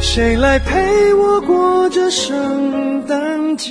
Speaker 5: 谁来陪我过这圣诞节？